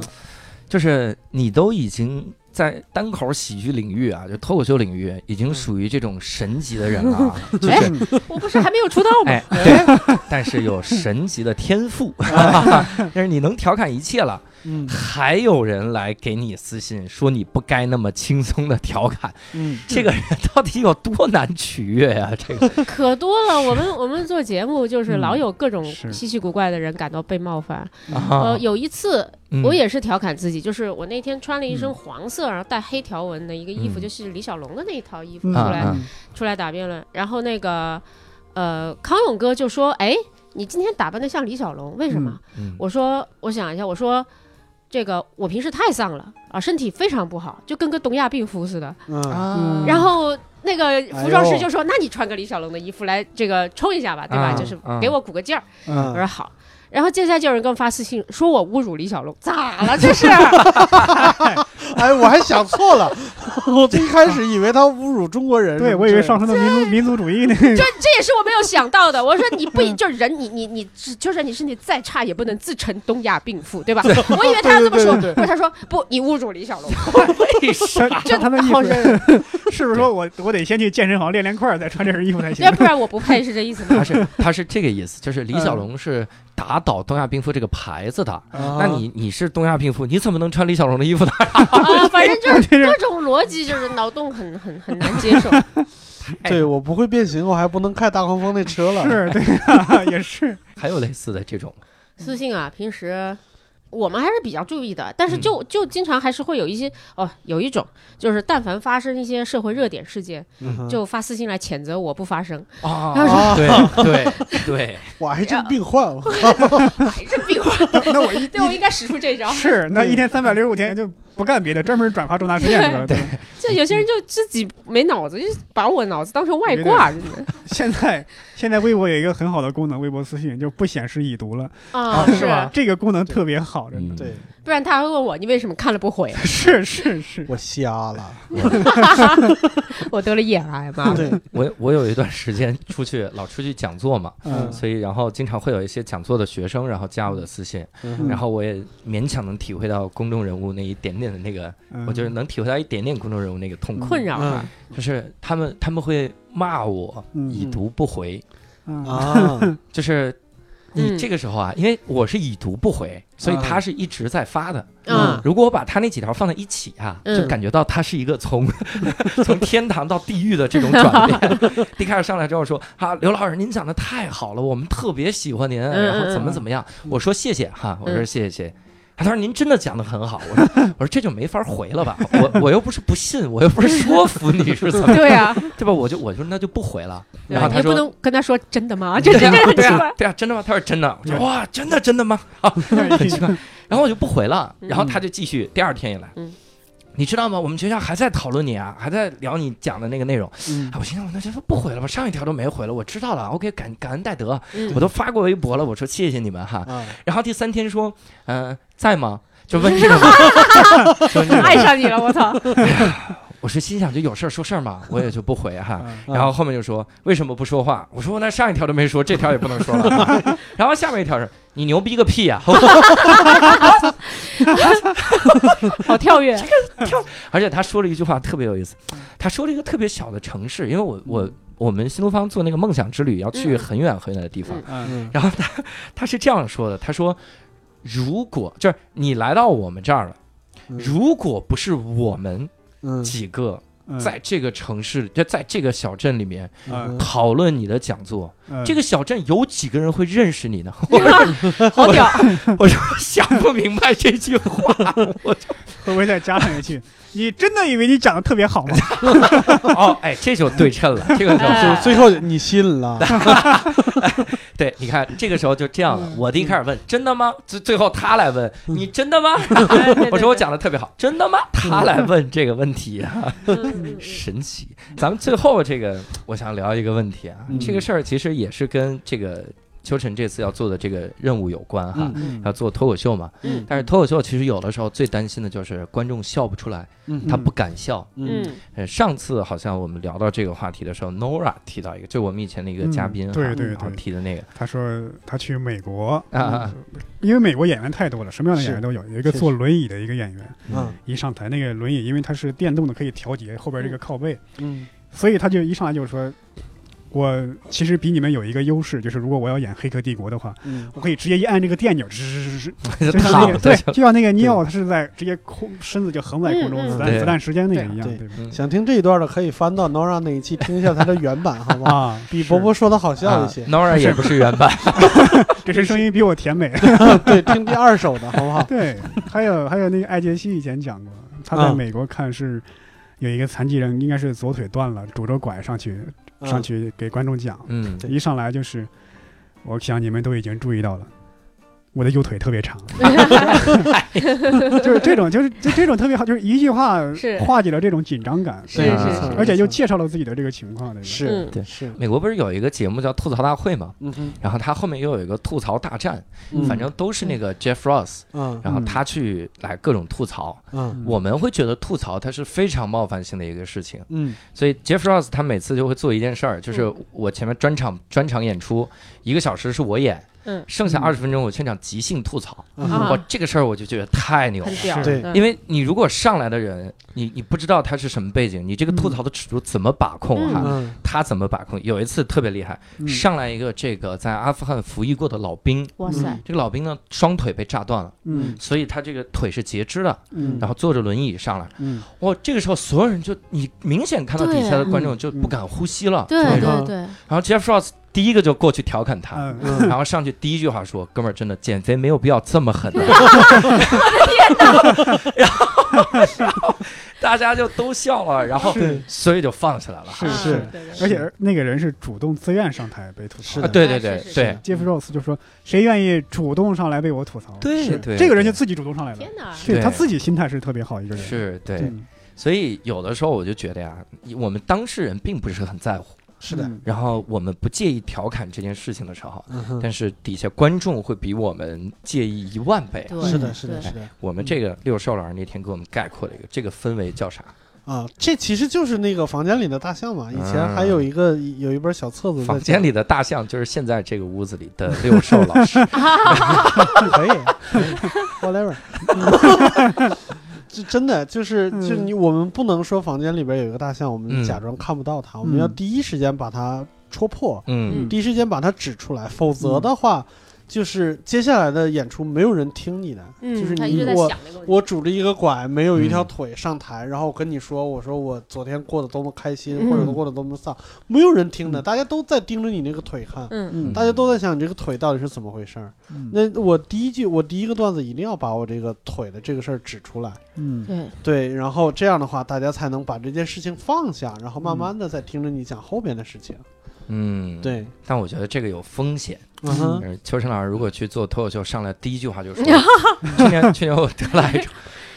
就是你都已经在单口喜剧领域啊，就脱口秀领域，已经属于这种神级的人了啊，
嗯
就是
我不是还没有出道 吗？
哎，对，但是有神级的天赋， 但是你能调侃一切了。
嗯
还有人来给你私信说你不该那么轻松的调侃，
嗯，
这个人到底有多难取悦呀、这个，
可多了。我们我们做节
嗯
目就是老有各种
是
稀奇古怪的人感到被冒犯。
啊
呃，有一次
嗯
我也是调侃自己，就是我那天穿了一身黄色，然后带黑条纹的一个衣服，
嗯
就是李小龙的那一套衣服
嗯
出来
啊
出来打辩论。然后那个呃康永哥就说：“哎，你今天打扮的像李小龙，为什么？”
嗯
我说，我想一下，我说，这个我平时太丧了啊，身体非常不好，就跟个东亚病夫似的。
嗯
啊
然后那个服装
哎
师
呦
就说：“那你穿个李小龙的衣服来这个冲一下吧，对吧？
啊
就是
啊
给我鼓个劲儿。我
嗯，
说好。然后接下来就有人给我发私信说我侮辱李小龙，咋了这是？
哎，我还想错了， 我最开始以为他侮辱中国人，
对我以为上
上
升到民族民族主义那个
这这也是我没有想到的。我说你不就是人你你你就是你身体再差也不能自称东亚病夫对吧？我以为他要这么说，
对对对对
不是他说不你侮辱李小龙，
为什
他他他的意
好
思
人，
是不是说我我得先去健身房练练块儿，再穿这身衣服才行
要？不然我不配是这意思 吗
他？是他是这个意思，就是李小
嗯
龙是打倒东亚病夫这个牌子的。
啊
那你你是东亚病夫，你怎么能穿李小龙的衣服呢？
啊，反正 就是
这是
各种逻辑，就是脑洞很很很难接受。
对我不会变形，我还不能开大黄蜂那车了，
是对啊，也是
还有类似的这种
私信啊，平时我们还是比较注意的，但是就就经常还是会有一些哦，有一种就是但凡发生一些社会热点事件，
嗯哼
就发私信来谴责我不发声，
啊
他说
啊，
对对对，
我还真病患，我
哎这病话，
那我一
对我应该使出这招。
是那一天三百六十五天就不干别的，专门转发重大事件去了。对吧，
就有些人就自己没脑子，就把我脑子当成外挂，真的
现在现在微博有一个很好的功能，微博私信就不显示已读了，
啊，
是
是
吧？这个功能特别好，真的。
嗯
对
不然他还问我你为什么看了不回，
是是是，
我瞎了，
我得了眼癌嘛。
对，
我我有一段时间出去老出去讲座嘛，
嗯
所以然后经常会有一些讲座的学生，然后加我的私信，
嗯
然后我也勉强能体会到公众人物那一点点的那个，
嗯
我觉得能体会到一点点公众人物那个痛苦，
困扰嘛，
就是他们他们会骂我
嗯
已读不回，
嗯
啊，
就是你
嗯
这个时候啊，因为我是已读不回，所以
啊
他是一直在发的。
嗯
如果我把他那几条放在一起啊，
嗯
就感觉到他是一个从 从天堂到地狱的这种转 变。一开始上来之后说啊，刘老师您讲的太好了，我们特别喜欢您，
嗯
然后怎么怎么样？我说谢谢哈，我说谢谢谢谢。他说：“您真的讲的很好。”我说：“ 我说这就没法回了吧？我我又不是不信，我又不是说服你是怎么 样
嗯对呀，
对吧？我就我就那就不回了。
对
然
吧
后
你
他
也不
说
能跟他说真的 吗？这
对
这这
啊
很
对
奇
啊
怪。
对啊，真的吗？他说真的。我说
对
哇，真的真的吗？啊，
嗯
很奇怪。然后我就不回了。然后他就继续，第二天也来
嗯。
你知道吗？我们学校还在讨论你啊，还在聊你讲的那个内容。
嗯
哎，我心想，我那就说不回了吧，上一条都没回了，我知道了。OK，感感恩戴德
嗯，
我都发过微博了，我说谢谢你们哈。
啊，
然后第三天说，嗯，在吗？就问这个 问题，就问这个问
爱
题。
上你了，我 操！
我是心想，就有事儿说事儿嘛，我也就不回哈。
啊
然后后面就说为什么不说话？我说那上一条都没说，这条也不能说了。 然后下面一条是你牛逼个屁啊呀、
好跳跃，
而且他说了一句话特别有意思，
嗯
他说了一个特别小的城市，因为我我我们新东方做那个梦想之旅要去
嗯
很远很远的地方，
嗯
嗯
然后他他是这样说的，他说如果就是你来到我们这儿了，
嗯
如果不是我们
嗯
几个
嗯
在这个城市就在这个小镇里面
嗯
讨论你的讲座，
嗯
这个小镇有几个人会认识 你呢？
好屌！
我说想不明白这句话
会不会再加上一句？你真的以为你讲的特别好 吗？
哦，哎，这就对称了，这个就
哎
是
就最后你信了，
对，你看这个时候就这样了。我第一开始问真的吗？最最后他来问你真的吗？
哎
我说我讲的特别好，真的吗？他来问这个问题啊，
嗯，
神奇。咱们最后这个，我想聊一个问题啊
嗯，
这个事儿其实也是跟这个秋晨这次要做的这个任务有关哈。
嗯
要做脱口秀嘛，
嗯
但是脱口秀其实有的时候最担心的就是观众笑不出来，
嗯
他不敢笑，
嗯
嗯
呃，上次好像我们聊到这个话题的时候，Nora 提到一个，就我们以前的一个嘉宾
嗯
哈，
对对
然后
对
提的那个
他说他去美国
啊，
因为美国演员太多了，什么样的演员
是
都有。有一个
确
坐轮椅的一个演员，
嗯
一上台那个轮椅，因为它是电动的，可以调节后边这个靠背，
嗯
所以他就一上来就说：“我其实比你们有一个优势，就是如果我要演《黑客帝国》的话，
嗯
我可以直接一按这个电钮，吱吱吱吱
就
吱，就像那
躺
个
着
对
就，
就像那个尼奥，他是在直接空身子就横在空中，
嗯嗯
子
对
弹子弹时间那个
对
一样，
对
对吧？
想听这一段的可以翻到 Nora 那一期听一下他的原版，好吗？
啊，
比
是
伯伯说的好笑
啊
一些，
，Nora 也不是原 版，
这是声音比我甜美。
对，听第二首的好不好？
对，还有还有那个艾杰西以前讲过，他
啊
在美国看是有一个残疾人，应该是左腿断了，拄着拐上去 上去给观众讲，
嗯，
嗯对
一上来就是，我想你们都已经注意到了。我的右腿特别 长，就是这种，就是就这种特别好，就是一句话
是
化解了这种紧张感，
是
是
啊
是
而且又介绍了自己的这个情况，对吧？
是
嗯
对
是，
美国不是有一个节目叫吐槽大会嘛，
嗯哼
然后他后面又有一个吐槽大战，
嗯
反正都是那个 Jeff Ross，
嗯
然后他去来各种吐槽，
嗯
我们会觉得吐槽它是非常冒犯性的一个事情，
嗯
所以 Jeff Ross 他每次就会做一件事儿，就是我前面专场专场演出一个小时是我演，
嗯
剩下二十分钟我全场即兴吐槽。
啊
哇，这个事儿我就觉得太牛了
很。屌，
嗯对
嗯
因为你如果上来的人，你你不知道他是什么背景，你这个吐
嗯
槽的尺度怎么把控哈、
嗯
他怎么把控？有一次特别厉害，
嗯
上来一个这个在阿富汗服役过的老兵，
哇塞，
这个老兵呢双腿被炸断了，
嗯
所以他这个腿是截肢的，
嗯
然后坐着轮椅上来。
嗯
哇，这个时候所有人就你明显看到底下的
对嗯
观众就不敢呼吸了。
对
对
对对，
然后 Jeff Ross 第一个就过去调侃他。
嗯
嗯
然后上去第一句话说：“哥们儿，真的减肥没有必要这么狠的。”然后，然后大家就都笑了， 然后
是
所以就放下来了。
是是
啊，对对
而且那个人是主动自愿上台被吐槽
是
啊，
的
的，
对对
啊
对
是是
对
杰夫·罗斯就说：“谁愿意主动上来为我吐槽？”
对
是
对
这个人
对
就自己主动上来了。
天哪，
对
对
他自己心态是特别好一个人。
是对，
嗯，
所以有的时候我就觉得呀，我们当事人并不是很在乎，
是的，
嗯
然后我们不介意调侃这件事情的时候，
嗯哼
但是底下观众会比我们介意一万倍。
对
是的是的
对
是的
我们这个六兽老师那天给我们概括了一个这个氛围叫啥？
啊，这其实就是那个房间里的大象嘛，以前
嗯
还有一个有一本小册子在
房间里的大象就是现在这个屋子里的六兽老师。
可以啊，whatever。这真的就是，就你我们不能说房间里边有一个大象，我们
嗯
假装看不到它，我们要
嗯
第一时间把它戳破，
嗯
第一时间把它指出来，否则的话，就是接下来的演出没有人听你的，
嗯
就是
他一
你
直在
我
想那个问题。
我拄着一个拐，没有一
嗯
条腿上台，然后我跟你说，我说我昨天过得多么开心，
嗯
或者过得多么丧，没有人
嗯
听的，大家都在盯着你那个腿看，
嗯
嗯
大家都在想你这个腿到底是怎么回事儿。
嗯
那我第一句，我第一个段子一定要把我这个腿的这个事儿指出来，
嗯
对，
对，然后这样的话，大家才能把这件事情放下，然后慢慢的再听着你讲后边的事情。
嗯，。
对，
但我觉得这个有风险。
嗯哼，
嗯秋生老师如果去做脱口秀，上来第一句话就说：“ 去年去年我得了癌症。”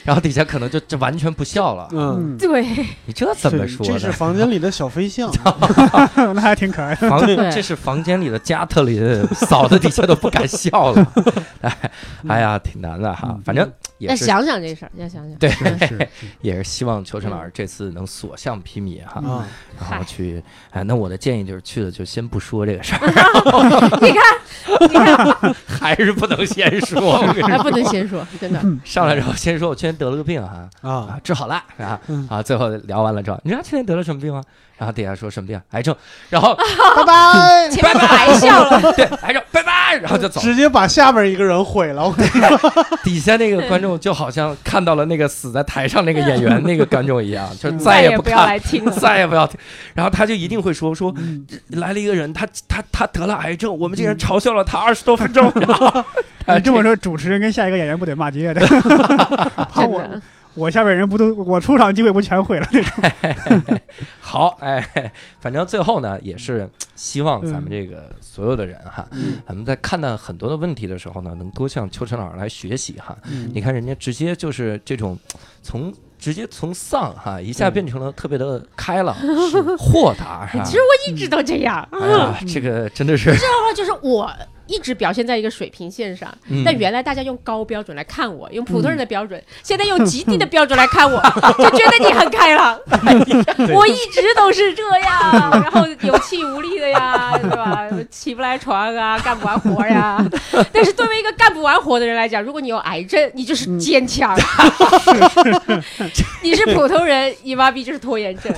然后底下可能就这完全不笑了。
嗯，
嗯，
对，
你这怎么
这
说
这
的？
是房间里的小飞 象，啊
嗯 那还挺可爱的。
房
对
这是房间里的加特林，嫂子底下都不敢笑了。 哎，哎呀，挺难的哈
嗯。
反正也
要
是
想想这事儿，要想 想。
对，
是
也是希望秋生老师这次能所向披靡哈。
啊，
然
嗨
后去，哎，那我的建议就是去了就先不说这个事儿，
你看，你看，
还是不能先说。我跟你说
还哎 不能先说，真 的。
上来之后先说我去年得了个病哈、
啊
啊，治好了啊
嗯
啊！最后聊完了之后，你知道去年得了什么病吗？然后底下说什么病？癌症。然后
拜拜，
啊前面 白笑了，
对癌症，拜拜，然后就走。
直接把下边一个人毁了。我跟你说
底下那个观众就好像看到了那个死在台上那个演 员那个观众一样，就是再
嗯也
不
要
看，
来听嗯了。
再也不要听。然后他就一定会说说，来了一个人，他他他得了癌症，我们竟
嗯
然嘲笑了他二十多分 钟。 然后
你这么说，主持人跟下一个演员不得 骂街的？怕
真
我
的，
我下边人不都我出场机会不全毁了？
好，哎， 反正最后呢，也
嗯
是希望咱们这个所有的人哈，
嗯
咱们在看待很多的问题的时候呢，能多向秋晨老师来学习哈。
嗯
你看人家直接就是这种从。直接从丧哈一
嗯
下
对
变成了特别的开 朗、豁达，是吧
其实我一直都这嗯样。
哎呀，这个真的是，
那就是我一直表现在一个水平线上，
嗯
但原来大家用高标准来看我，用普通人的标准，现在用极低的标准来看 我，就觉得你很开朗。我一直都是这样，然后有气无力的呀，对吧？起不来床啊，干不完活 呀。但是对于一个干不完活的人来讲，如果你有癌症，你就是坚强。你是普通人，你妈逼就是拖延症。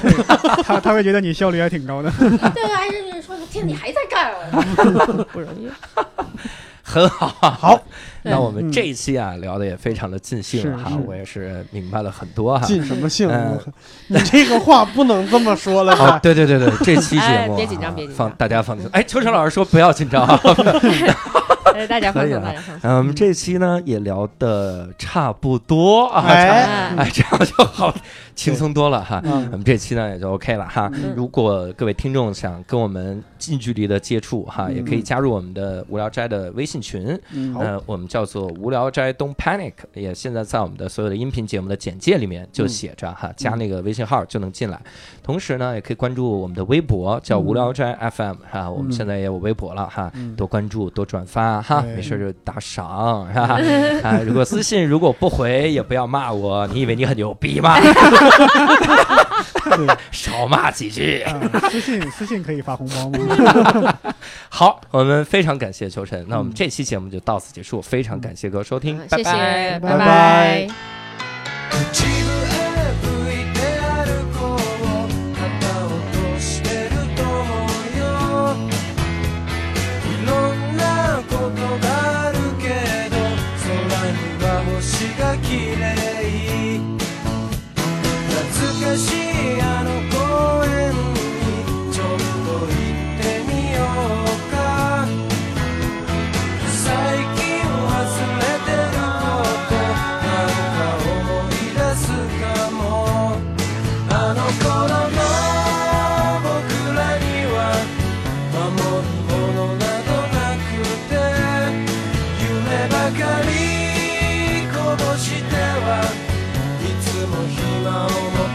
他他会觉得你效率还挺高的。
对啊，癌症人说：“天，你还在干、啊 不容易。
很好啊。
好，
那我
嗯
们这一期啊聊的也非常的尽兴了哈
是，是
我也是明白了很多哈。
尽什么兴？
嗯
你这个话不能这么说了
好，
吧？
哦对对对对，这期节
哎
目啊
别紧张别紧张
放大家放松。哎，秋成老师说不要紧张啊。
呃，大家放
可以
松，
啊
大家 放松。
嗯，这期呢也聊的差不多啊，
嗯
哎
哎，这样就好轻松多了哈。
嗯
我们这期呢也就 OK 了哈。
嗯
如果各位听众想跟我们近距离的接触
嗯
哈，也可以加入我们的无聊斋的微信群，
嗯
呃，我们叫做无聊斋 Don't Panic，也现在在我们的所有的音频节目的简介里面就写着
嗯
哈，加那个微信号就能进来。同时呢，也可以关注我们的微博，叫无聊斋 FM 哈，我们
嗯
现在也有微博了哈，
嗯
多关注多转发哈，
对
没事就打赏是 吧？啊，如果私信如果不回，也不要骂 我，你以为你很牛逼吗？ 少骂几句。
啊私信私信可以发红包吗？
好，我们非常感谢秋晨，那我
嗯
们这期节目就到此结束，非常感谢各位收听，拜
嗯谢谢，
拜。
拜
拜拜。
「自分へ向いて歩こう」「肩を落してると思うよ」「いろんなことがあるけど空には星が綺麗い」「懐かしいあの公園にちょっと行ってみようか」最近忘れてることなんか思い出すかもあの頃の僕らには守るものなどなくて夢ばかりこぼしてはいつも暇を持